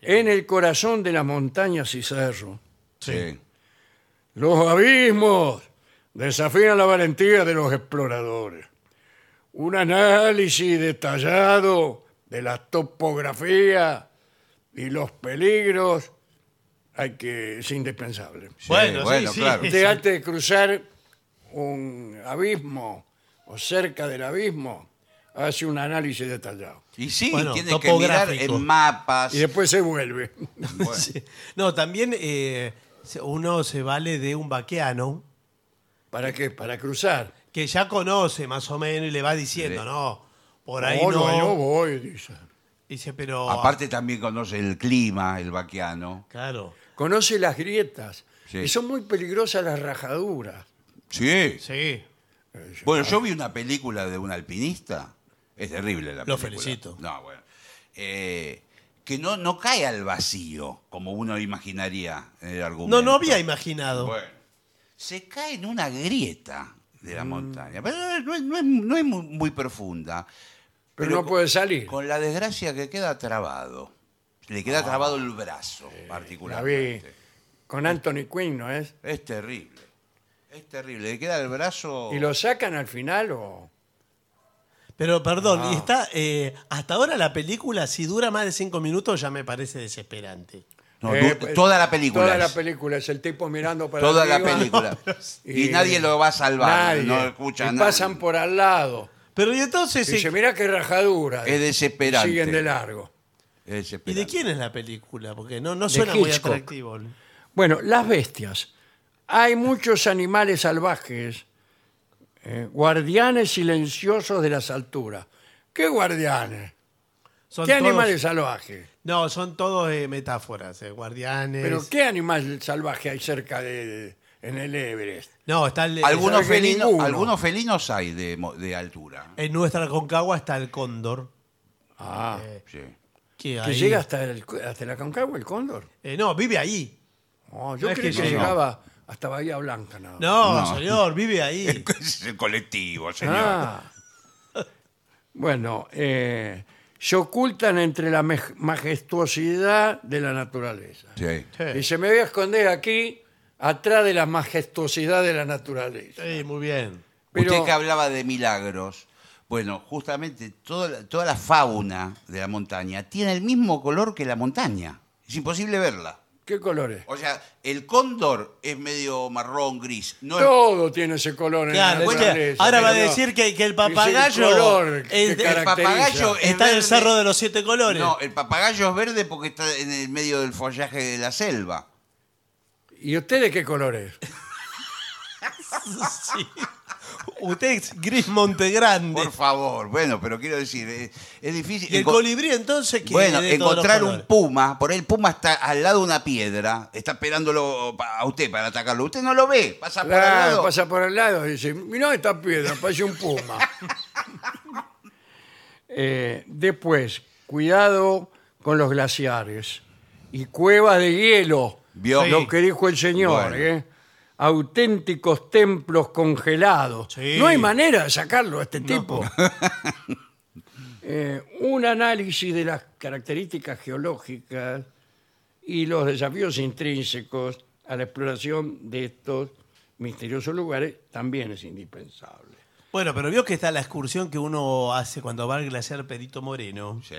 En el corazón de las montañas y cerros,
Sí.
Los abismos desafían la valentía de los exploradores. Un análisis detallado de la topografía y los peligros hay que, es indispensable.
Sí,
Bueno, sí, sí.
claro.
Usted antes de cruzar un abismo o cerca del abismo, hace un análisis detallado.
Y sí,
Bueno,
tiene que mirar
topográfico.
en mapas.
Y después se vuelve.
Bueno,
Sí. No, también eh, se- uno se vale de un vaqueano
¿Para qué? Para cruzar.
que ya conoce más o menos y le va diciendo,
Sí.
no, por ahí
No, no, yo
no.
voy, dice.
Dice, pero.
Aparte también conoce el clima, el vaquiano.
Claro.
Conoce las grietas.
Sí.
Y son muy peligrosas las rajaduras.
Sí.
Sí.
Bueno, yo vi una película de un alpinista. Es terrible la
Lo
película.
felicito.
No, bueno. Eh, que no, no cae al vacío, como uno imaginaría en el argumento.
No, no había imaginado.
Bueno. Se cae en una grieta de
Mm.
la montaña. Pero no es, no es- no es muy, muy profunda.
Pero, no
con-
puede salir.
Con la desgracia que queda trabado. Le
Ah.
queda trabado el brazo,
La vi
particularmente.
con Anthony Quinn, ¿no es?
Es terrible. Es terrible. Le queda el brazo.
¿Y lo sacan al final o...?
Pero perdón, y está. eh, hasta ahora la película, si dura más de cinco minutos, ya me parece desesperante.
No,
Eh,
du-
pues,
toda la película.
Toda la
es.
película, es el tipo mirando para
Toda la
arriba.
película. y,
Y-
nadie lo va a salvar.
Nadie.
No escucha
y
nada.
pasan por al lado.
Pero y entonces.
Y
eh,
dice, mira qué rajadura.
Es desesperante.
Siguen de largo.
¿Y de quién es la película? Porque no, no
De
suena muy
Hitchcock.
atractivo.
Bueno, las bestias. Hay muchos animales salvajes, eh, guardianes silenciosos de las alturas. ¿Qué guardianes?
Son
¿Qué
todos-
animales salvajes?
No, son todos eh, metáforas, eh, guardianes.
¿Pero qué animal salvaje hay cerca de en el Everest?
No, está el,
Algunos
Sabe que
felinos,
ninguno.
algunos felinos hay de, mo- de altura.
en nuestra Concagua está el cóndor.
Ah,
Sí.
que
Que, eh, ahí-
llega hasta el, hasta la Concagua el cóndor.
Eh, no, vive ahí.
No, yo
No es
creí
que
que,
llega.
llegaba hasta Bahía Blanca nada. más.
No,
No.
señor, vive ahí.
Es el colectivo, señor.
Ah. Bueno, eh, se ocultan entre la mej- majestuosidad de la naturaleza.
Sí.
Sí.
Dice, me voy a esconder aquí atrás de la majestuosidad de la naturaleza.
Sí, muy bien.
Pero-
Usted que hablaba de milagros. Bueno, justamente toda la, toda la fauna de la montaña tiene el mismo color que la montaña. Es imposible verla.
¿Qué colores?
O sea, el cóndor es medio marrón gris. No es-
Todo tiene ese color en
Claro,
la
bueno,
usted
naturaleza.
ahora va a
pero no.
decir que, que el
Dice,
papagayo
El color que
es-
el
caracteriza.
papagayo es
está en
verde.
el cerro de los siete colores.
No, el papagayo es verde porque está en el medio del follaje de la selva.
¿Y usted de qué color es?
Sí. Usted es Gris Montegrande.
Por favor, bueno, pero quiero decir, es, es difícil.
Y el
enco-
colibrí entonces que
bueno,
de todos los
encontrar un
colores.
puma, por ahí el puma está al lado de una piedra, está esperándolo pa- a usted para atacarlo. Usted no lo ve, pasa por al
Claro,
lado.
Ah, pasa por el lado y dice, mirá esta piedra, parece un puma. Eh, después, cuidado con los glaciares y cuevas de hielo.
Vio.
Lo que dijo el señor,
Bueno.
¿eh? Auténticos templos congelados.
Sí.
No hay manera de sacarlo a este tipo. Eh, un análisis de las características geológicas y los desafíos intrínsecos a la exploración de estos misteriosos lugares también es indispensable.
Bueno, pero vio que está la excursión que uno hace cuando va al glaciar Perito Moreno.
Sí.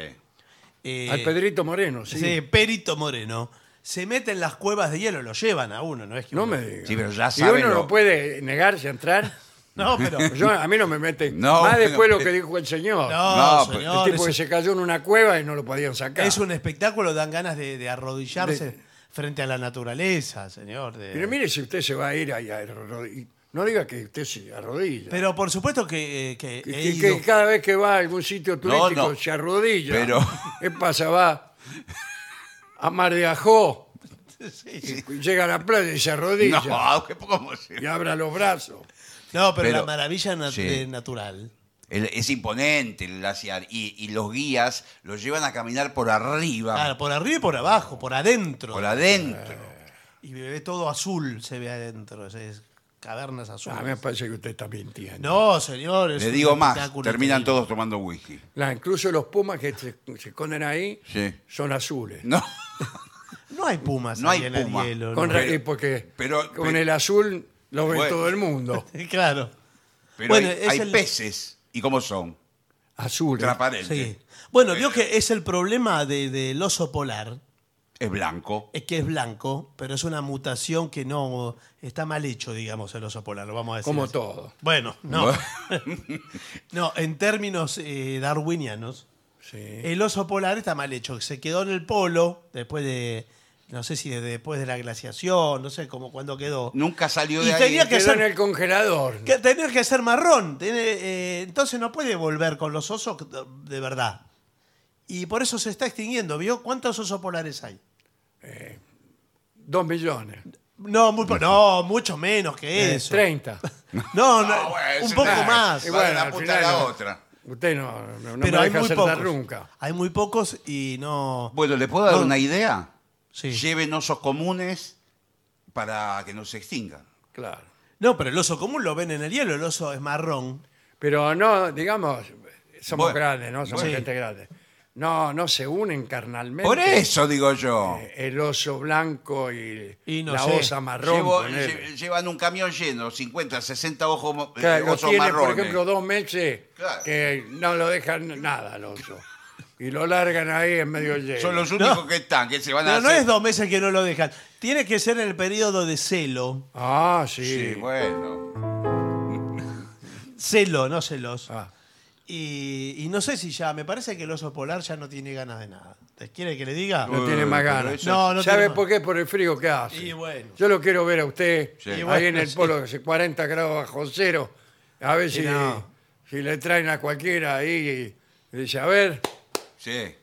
eh,
Al Pedrito Moreno, sí.
sí, Perito Moreno, se mete en las cuevas de hielo, lo llevan a uno, ¿no es que
No
uno-
me digas.
Sí, pero ya
y uno
sabe lo-
no puede negarse a entrar.
No, pero.
Yo- a mí no me meten.
No,
Más
pero-
después lo que dijo el señor.
No,
No, pero-
señor,
el tipo que
es,
se cayó en una cueva y no lo podían sacar.
es un espectáculo, dan ganas de, de arrodillarse
De-
frente a la naturaleza, señor. de-
Pero mire si usted se va a ir ahí a arrodill- No diga que usted se arrodilla.
Pero por supuesto que, eh, que
que,
he
que-
ido-
que cada vez que va a algún sitio turístico
no.
se arrodilla.
Pero-
¿Qué pasa? Va a Mar de Ajó,
Sí,
y
sí.
llega a la playa y se arrodilla.
No, que poco se-
Y abra los brazos.
No, pero,
Pero-
la maravilla na-
sí.
de natural.
El- es imponente el glaciar y, y los guías los llevan a caminar por arriba,
Claro, por arriba y por abajo, por adentro.
Ah. por adentro.
Y ve todo azul, se ve adentro. es- es cavernas azules.
A mí Ah, me parece que usted está mintiendo.
No, señor. es
Ah, pues. Le
un
digo más,
espectáculo
terminan
increíble.
todos tomando whisky.
La- incluso los pumas que se, se esconden ahí
Sí.
son azules.
No,
No hay pumas
No
ahí
hay
en el
puma.
hielo,
Con
no.
ra- y porque
pero-
con
pero-
el azul lo ve
Bueno.
todo el mundo.
Claro.
pero
Bueno,
hay,
es
hay
el-
peces. ¿Y cómo son?
Azul.
Transparentes.
Sí. Bueno,
Eh.
vio que es el problema de- del oso polar,
Es blanco.
es que es blanco, pero es una mutación que no está mal hecho, digamos, el oso polar, lo vamos a decir.
Como
así.
todo.
Bueno, no. no, en términos eh, darwinianos,
Sí.
el oso polar está mal hecho. Se quedó en el polo después de, no sé si de- después de la glaciación, no sé cómo cuándo quedó.
Nunca salió
Y
de ahí.
tenía que
Quedó
ser-
en el congelador.
Que tenía que ser marrón. tiene, eh, entonces no puede volver con los osos de verdad. Y por eso se está extinguiendo, ¿vio? ¿Cuántos osos polares hay?
Dos millones.
No, muy po- no mucho menos que
Eh,
eso.
30.
No, no,
Ah, bueno,
un
ese
poco
nada.
más.
Y bueno, la
al
puta
final
a la
no.
otra.
Usted no, no, no
pero
me
hay
deja
muy
acertar
pocos.
nunca.
Hay muy pocos y no.
Bueno, ¿le puedo dar
No.
una idea?
Sí.
Lleven osos comunes para que no se extingan.
Claro.
No, pero el oso común lo ven en el hielo, el oso es marrón.
Pero no, digamos, somos
Bueno,
grandes, ¿no? Somos
bueno.
gente grande. No, no se unen carnalmente.
Por eso digo yo.
eh, El oso blanco y,
Y no
la
sé.
osa marrón.
Llevo-
ponele.
lle- llevan un camión lleno, 50, 60 ojos, mo- eh,
Claro,
osos
tiene,
marrones.
por
eh.
ejemplo, dos meses
Claro.
que no lo dejan nada al oso. Y lo largan ahí en medio hielo.
Son los
eh, No.
únicos que están, que se van a
Ah,
Pero no
hacer-
es dos meses que no lo dejan. Tiene que ser en el periodo de celo.
Ah, sí.
Sí, bueno.
Celo, no celos.
Ah.
Y, y no sé si ya, me parece que el oso polar ya no tiene ganas de nada. ¿Te ¿Quiere que le diga?
No tiene
Eh,
más
pero
ganas.
eso-
No, no
¿Sabe
tiene más.
por qué? Por el frío que hace.
Y bueno.
Yo lo quiero ver a usted
Sí.
ahí
Y
bueno,
en el
sí.
polo, que hace 40 grados bajo cero. A ver si,
no.
si le traen a cualquiera ahí y dice, a ver,
Sí.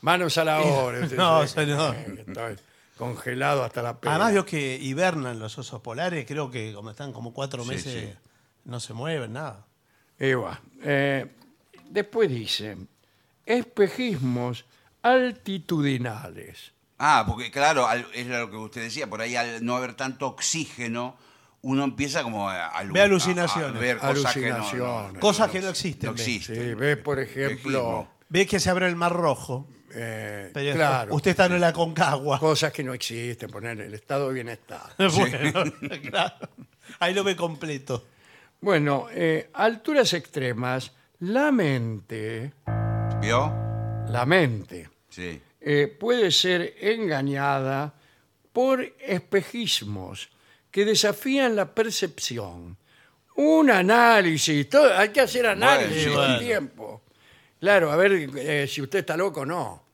manos a la obra. Usted
No,
dice,
señor.
"Eh, estoy congelado hasta la pena.
Además, vio que hibernan los osos polares, creo que como están como cuatro meses,
sí.
no se mueven, nada.
Eva, eh, después dice, espejismos altitudinales.
Ah, porque claro, al- es lo que usted decía, por ahí al no haber tanto oxígeno, uno empieza como a, a-
Ve alucinaciones.
a ver cosas que no- no-
Alucinaciones.
no-
Cosas
no-
que no existen,
No
ve.
Sí,
existen.
ve, por ejemplo,
Espejismo.
Ve que se abre el mar rojo,
eh,
pero
claro,
usted está en la concagua.
cosas que no existen, poner el estado de bienestar.
Bueno, claro. Ahí lo ve completo.
Bueno, eh, alturas extremas, la mente,
¿Vio?
la mente
Sí.
eh, puede ser engañada por espejismos que desafían la percepción. Un análisis, todo- hay que hacer análisis
Bueno,
todo el
bueno.
tiempo. Claro, a ver eh, si usted está loco o no.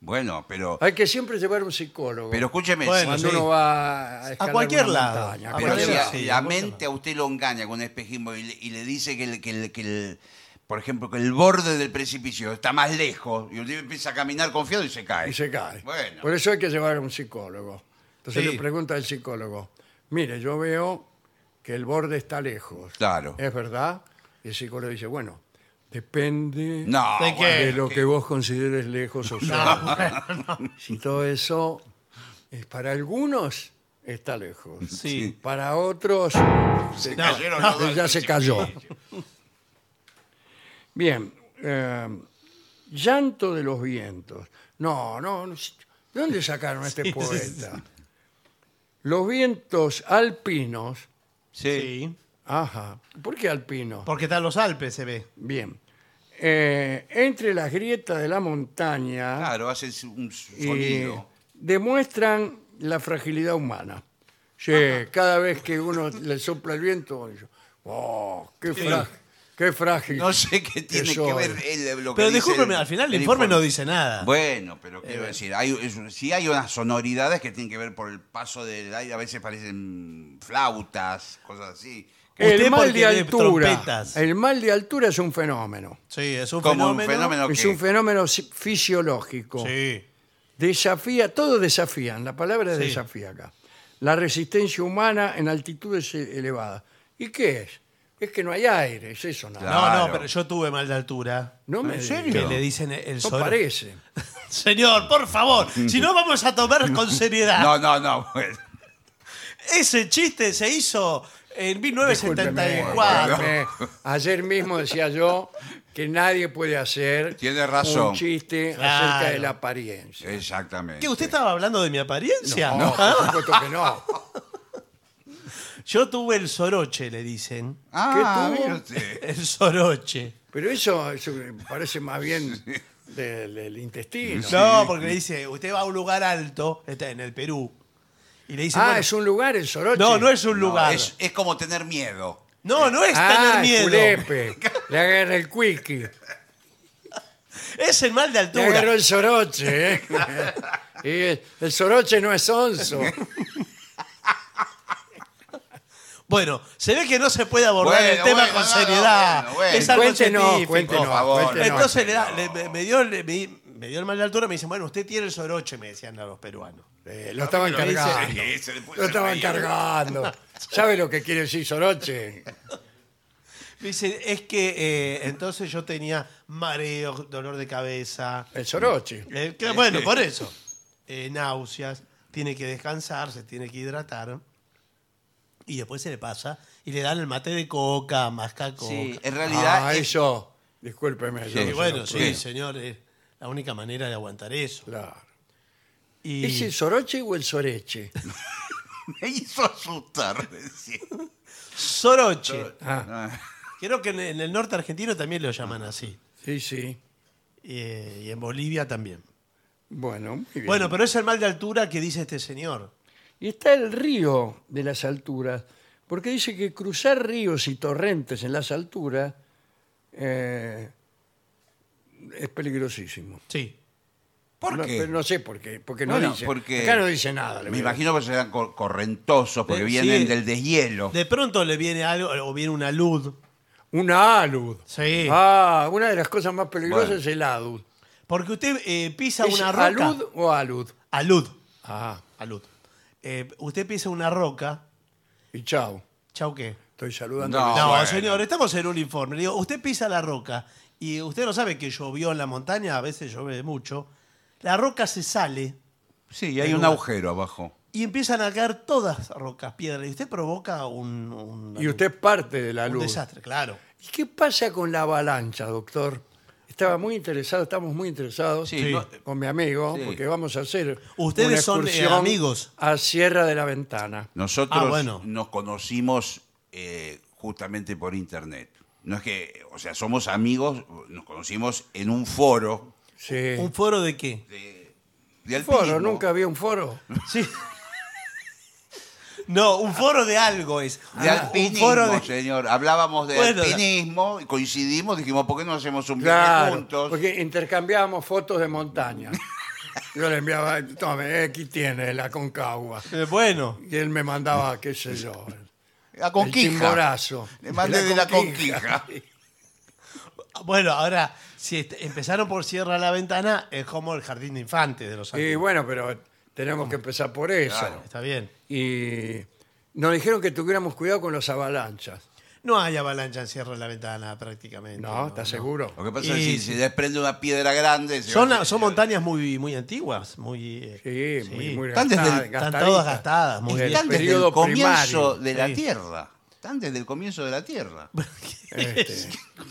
Bueno, pero,
Hay que siempre llevar un psicólogo.
pero escúcheme,
Bueno,
cuando
sí.
uno va a, escalar
cualquier
una
lado,
montaña,
a
a
Pero
cualquier
si
Cualquiera,
a-
lado.
sí,
la
cualquiera.
mente a usted lo engaña con un espejismo y le, y le dice que, el, que, el- que el- por ejemplo, que el borde del precipicio está más lejos y usted empieza a caminar confiado y se cae.
y se cae.
Bueno.
Por eso hay que llevar a un psicólogo. Entonces
Sí.
le pregunta al psicólogo, mire, yo veo que el borde está lejos.
Claro.
¿Es verdad? Y el psicólogo dice, bueno, depende
No,
¿De qué?
bueno,
de lo que vos consideres lejos o cerca. Si todo eso es para algunos está lejos.
Sí.
Para otros se-
se cayeron los dos
ya
del
se cayó.
precipicio.
Bien, eh, llanto de los vientos. No, no, no, si- ¿de dónde sacaron a este
Sí, sí,
poeta? Los vientos alpinos.
Sí.
Sí.
Ajá. ¿Por qué alpinos?
Porque están los Alpes, se ve.
Bien. eh, entre las grietas de la montaña
Ah,
Claro, hace su- un
y
sonido.
demuestran la fragilidad humana. Sí, cada vez que uno le sopla el viento, dice, "Oh, qué, frá- qué frágil!
No sé qué tiene que
soy".
ver el, lo que
Pero
dice
discúlpeme,
el-
al final el,
el
informe, no dice nada.
Bueno, pero
Eh,
quiero decir, hay, es- sí hay unas sonoridades que tienen que ver por el paso del aire, a veces parecen flautas, cosas así. Que-
El
Usted
mal
porque
de
ve
altura.
trompetas.
El mal de altura es un fenómeno.
sí, es un
como
fenómeno.
un fenómeno que...
Es un fenómeno si- fisiológico.
Sí.
Desafía, todos desafían, la palabra es
Sí.
desafía acá. La resistencia humana en altitudes e- elevadas. ¿y qué es? Es que no hay aire, es eso nada.
Claro.
No, no, pero yo tuve mal de altura. Eh,
No me
¿En
digas.
serio?
Que le dicen el
No
sol.
parece.
Señor, por favor, si no vamos a tomar con seriedad.
No, no, no. bueno.
Ese chiste se hizo en
Discúlpeme,
1974.
discúlpeme. Ayer mismo decía yo que nadie puede hacer
Tiene razón.
un chiste
Claro.
acerca de la apariencia.
Exactamente.
¿Qué? ¿Usted estaba hablando de mi apariencia?
No, por supuesto que no.
Yo tuve el soroche, le dicen.
Ah,
¿Qué tuvo?
mire usted.
El soroche.
Pero eso, eso parece más bien del, del intestino.
No, porque le dice, usted va a un lugar alto, está en el Perú, y le dice,
ah,
bueno,
es un lugar el soroche.
no, no es un
No,
lugar.
es, es como tener miedo.
No, no es
Ah,
tener miedo.
el culepe. Le agarra el cuiqui.
Es el mal de
Le
altura.
agarró el soroche. ¿eh? Y el- el soroche no es onzo.
Bueno, se ve que no se puede abordar
Bueno,
el tema
bueno,
con
no, no,
seriedad.
bueno, bueno.
Es algo
Cuéntenos,
científico.
cuéntenos,
Por favor.
cuéntenos.
Entonces le da- le- me- me, dio, le- me, me dio el mal de altura, me dicen, bueno, usted tiene el soroche, me decían a los peruanos.
Eh, lo estaban
Pero dice-
cargando.
Sí, se le puso
Lo estaban
arriba.
cargando. ¿Sabe lo que quiere decir Soroche?
Me dicen, es que eh, entonces yo tenía mareos, dolor de cabeza.
El Soroche.
Eh, que- bueno, por eso. Eh, náuseas, tiene que descansar, se tiene que hidratar. Y después se le pasa y le dan el mate de coca, masca coca.
Sí, en realidad.
Ah,
es-
eso. Discúlpeme. yo
Sí,
no
Y
se
bueno,
lo
sí,
puedo.
señor, es la única manera de aguantar eso.
Claro.
Y
¿Es el Soroche o el Soreche?
me hizo asustar. decía.
soroche.
Ah,
Ah,
Creo que en- en el norte argentino también lo llaman así.
sí, sí.
Eh, y en Bolivia también.
Bueno, muy bien.
Bueno, pero es el mal de altura que dice este señor.
Y está el río de las alturas, porque dice que cruzar ríos y torrentes en las alturas eh, es peligrosísimo.
Sí.
¿Por
no,
qué?
pero no sé por qué, porque no
Bueno,
dice.
porque-
Acá no dice nada. le
Me
voy a-
imagino que serán cor- correntosos porque
Eh,
vienen
sí.
del deshielo.
De pronto le viene algo, o viene una luz.
Una alud.
Sí.
Ah, una de las cosas más peligrosas
Bueno.
es el alud.
Porque usted eh, pisa
¿Es
una roca.
alud o alud?
Alud.
Ah,
Alud. Eh, usted pisa una roca.
y chao.
¿Chau qué?
Estoy saludando.
No,
No,
bueno.
señor, estamos en un informe. Le Digo, usted pisa la roca y usted no sabe que llovió en la montaña, a veces llueve mucho. La roca se sale
Sí, hay un
Del lugar.
agujero abajo.
y empiezan a caer todas rocas, piedras. Y usted provoca un, un-
Y usted es parte de la
un
luz.
desastre, claro.
¿Y qué pasa con la avalancha, doctor? Estaba muy interesado, estamos muy interesados
Sí, Sí. no-
con mi amigo,
Sí.
porque vamos a hacer
Ustedes
una
son, eh,
excursión
amigos.
a Sierra de la Ventana.
Nosotros
Ah, bueno.
nos conocimos eh, justamente por internet. No es que, o sea, somos amigos, nos conocimos en un foro
Sí.
¿Un foro de qué?
de, de
foro,
alpinismo.
nunca había un foro.
Sí. No, un foro de algo es. Ah,
De
Ah,
Un-
alpinismo,
Un foro de...
señor. Hablábamos de
Bueno,
alpinismo, y coincidimos, dijimos, ¿por qué no hacemos un viaje
Claro,
juntos?
porque intercambiábamos fotos de montaña. Yo le enviaba, tome, aquí tiene la Concagua.
Eh, bueno,
Y él me mandaba, qué sé yo,
La
el
conquija.
chimborazo.
Le mandé de la conquija.
bueno, ahora, si est- empezaron por Cierra la Ventana, es como el jardín de infantes de los
Y
alpinos.
bueno, pero tenemos que empezar por eso.
Está bien.
y nos dijeron que tuviéramos cuidado con los avalanchas.
No hay avalancha en Cierra la Ventana prácticamente.
¿No? ¿Estás seguro?
Lo que pasa
Y
es que si
sí.
se desprende una piedra grande. se
Son,
va a-
son montañas muy, muy antiguas, muy... eh,
Sí, muy, muy
Están desde
gastada-
el-
están
gastaditas.
todas gastadas, muy
Del
bien.
Están desde
periodo
el comienzo
primario.
de la
Sí.
Tierra. Están desde el comienzo de la Tierra.
Este,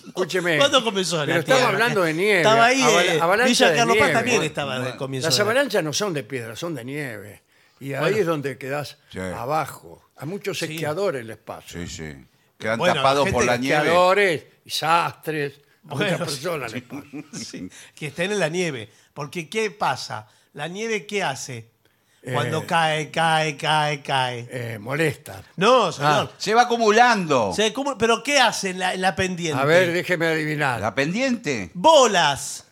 escúcheme.
¿Cuándo comenzó la
Pero estamos
Tierra?
hablando de nieve.
Estaba ahí,
Aval-
eh,
avalancha
Villa
de
Carlos Paz
nieve.
también
Bueno,
estaba en el
bueno.
comienzo.
Las
de la-
avalanchas no son de piedra, son de nieve. Y ahí
Bueno.
es donde quedás
Sí.
abajo. A muchos esquiadores les pasa.
Sí, sí. Quedan
Bueno, la
tapados
gente
por la
que
nieve.
Esquiadores, y sastres, A
Bueno,
muchas personas les pasa.
Sí, que estén en la nieve. Porque ¿qué pasa? ¿La nieve qué hace? Cuando
Eh.
cae, cae, cae, cae.
Eh, molesta.
No,
Ah.
señor.
Se va acumulando.
Se acumula- ¿Pero qué hace en la, en la pendiente?
A ver, déjeme adivinar.
La pendiente.
Bolas.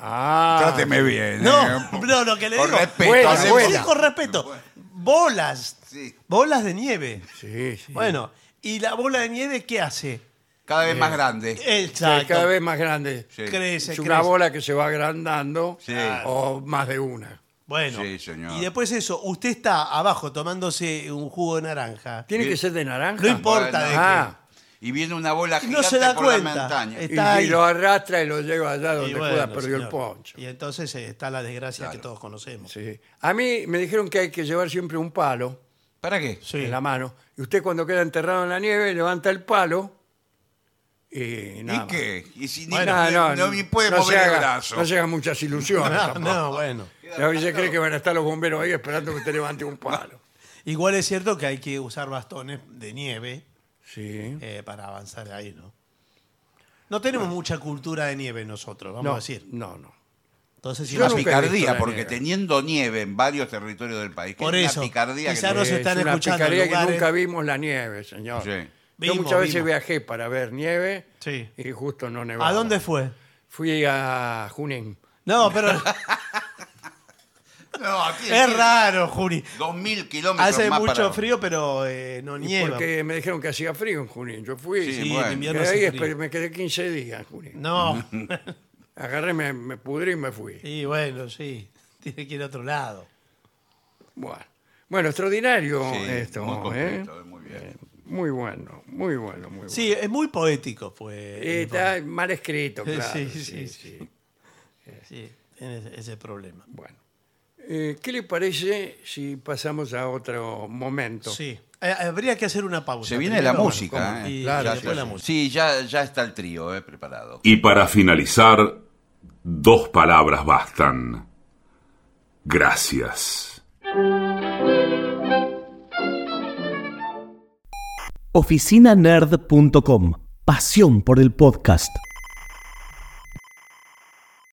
Ah,
Tráteme bien.
No,
eh.
no, lo que le
Con
digo.
respeto,
Buena,
hacemos-
buena.
Sí, con respeto. Bolas.
Sí.
Bolas de nieve.
sí, sí.
Bueno, ¿y la bola de nieve qué hace?
Cada vez más
Eh.
grande.
Que es
Exacto.
cada vez más grande.
Sí.
Crece,
Es una
crece.
bola que se va agrandando
Sí.
o más de una.
Bueno.
Sí, señor.
Y después eso, usted está abajo tomándose un jugo de naranja.
Tiene
Sí.
que ser de naranja.
No importa
Bueno.
de qué.
Ah,
Y viene una bola
No
gigante
se da
por
cuenta. Eh.
la montaña.
Es-
y
Está
si
ahí.
lo arrastra y lo lleva allá donde
Y
pueda,
bueno,
perdió el
señor.
poncho.
Y entonces eh, está la desgracia
Claro.
que todos conocemos.
Sí. A mí me dijeron que hay que llevar siempre un palo
¿Para qué?
Sí.
en la mano. Y usted cuando queda enterrado en la nieve levanta el palo y nada.
¿Y
más.
qué? Y si ni-
Bueno,
no,
no,
no- ni puede
no
mover
se haga-
el brazo.
No se hagan muchas ilusiones.
No,
tampoco.
no, bueno.
A veces cree que van a estar los bomberos ahí esperando que usted levante un palo.
Igual es cierto que hay que usar bastones de nieve
Sí.
eh, para avanzar ahí, ¿no? No tenemos mucha cultura de nieve nosotros, vamos a
No,
decir.
no, no.
Entonces, si
Yo
Una
nos-
nunca he visto
picardía,
la
porque
nieve.
teniendo nieve en varios territorios del país. que
Por
es
eso,
Una picardía que
quizá
no-
nos
Eh,
están
es una
escuchando en
picardía que
lugares-
nunca vimos la nieve, señor.
Sí.
Yo
Vimos,
muchas veces
vimos.
viajé para ver nieve
Sí.
y justo no nevaba.
¿A dónde fue?
Fui a Junín.
No, pero
No, aquí-
es raro, Juni.
Dos mil kilómetros
Hace
más
mucho
para-
frío, pero eh, no
Y
nieva.
Porque me dijeron que hacía frío en Junín. Yo fui.
Sí,
Sí,
bueno.
en
me,
invierno
quedé ahí,
hace
esper-
frío.
me quedé 15 días en Junín.
No,
Agarré, me, me pudrí y me fui.
y bueno, sí. Tiene que ir a otro lado.
Bueno, Bueno, extraordinario
Sí,
esto.
muy
¿eh?
completo, muy bien.
Muy bueno, muy bueno, muy bueno.
Sí, es muy poético pues, fue.
Eh, está mal escrito,
Sí,
claro.
sí, sí,
sí.
Sí, tiene ese problema.
Bueno. Eh, ¿Qué le parece si pasamos a otro momento?
Sí. Eh, habría que hacer una pausa.
Se viene la
Primero, bueno,
música,
¿cómo?
¿eh?
Y,
Claro,
y después
sí,
la
sí.
música.
Sí, ya, ya está el trío eh, preparado.
Y para finalizar, dos palabras bastan. Gracias.
oficinanerd.com. Pasión por el podcast.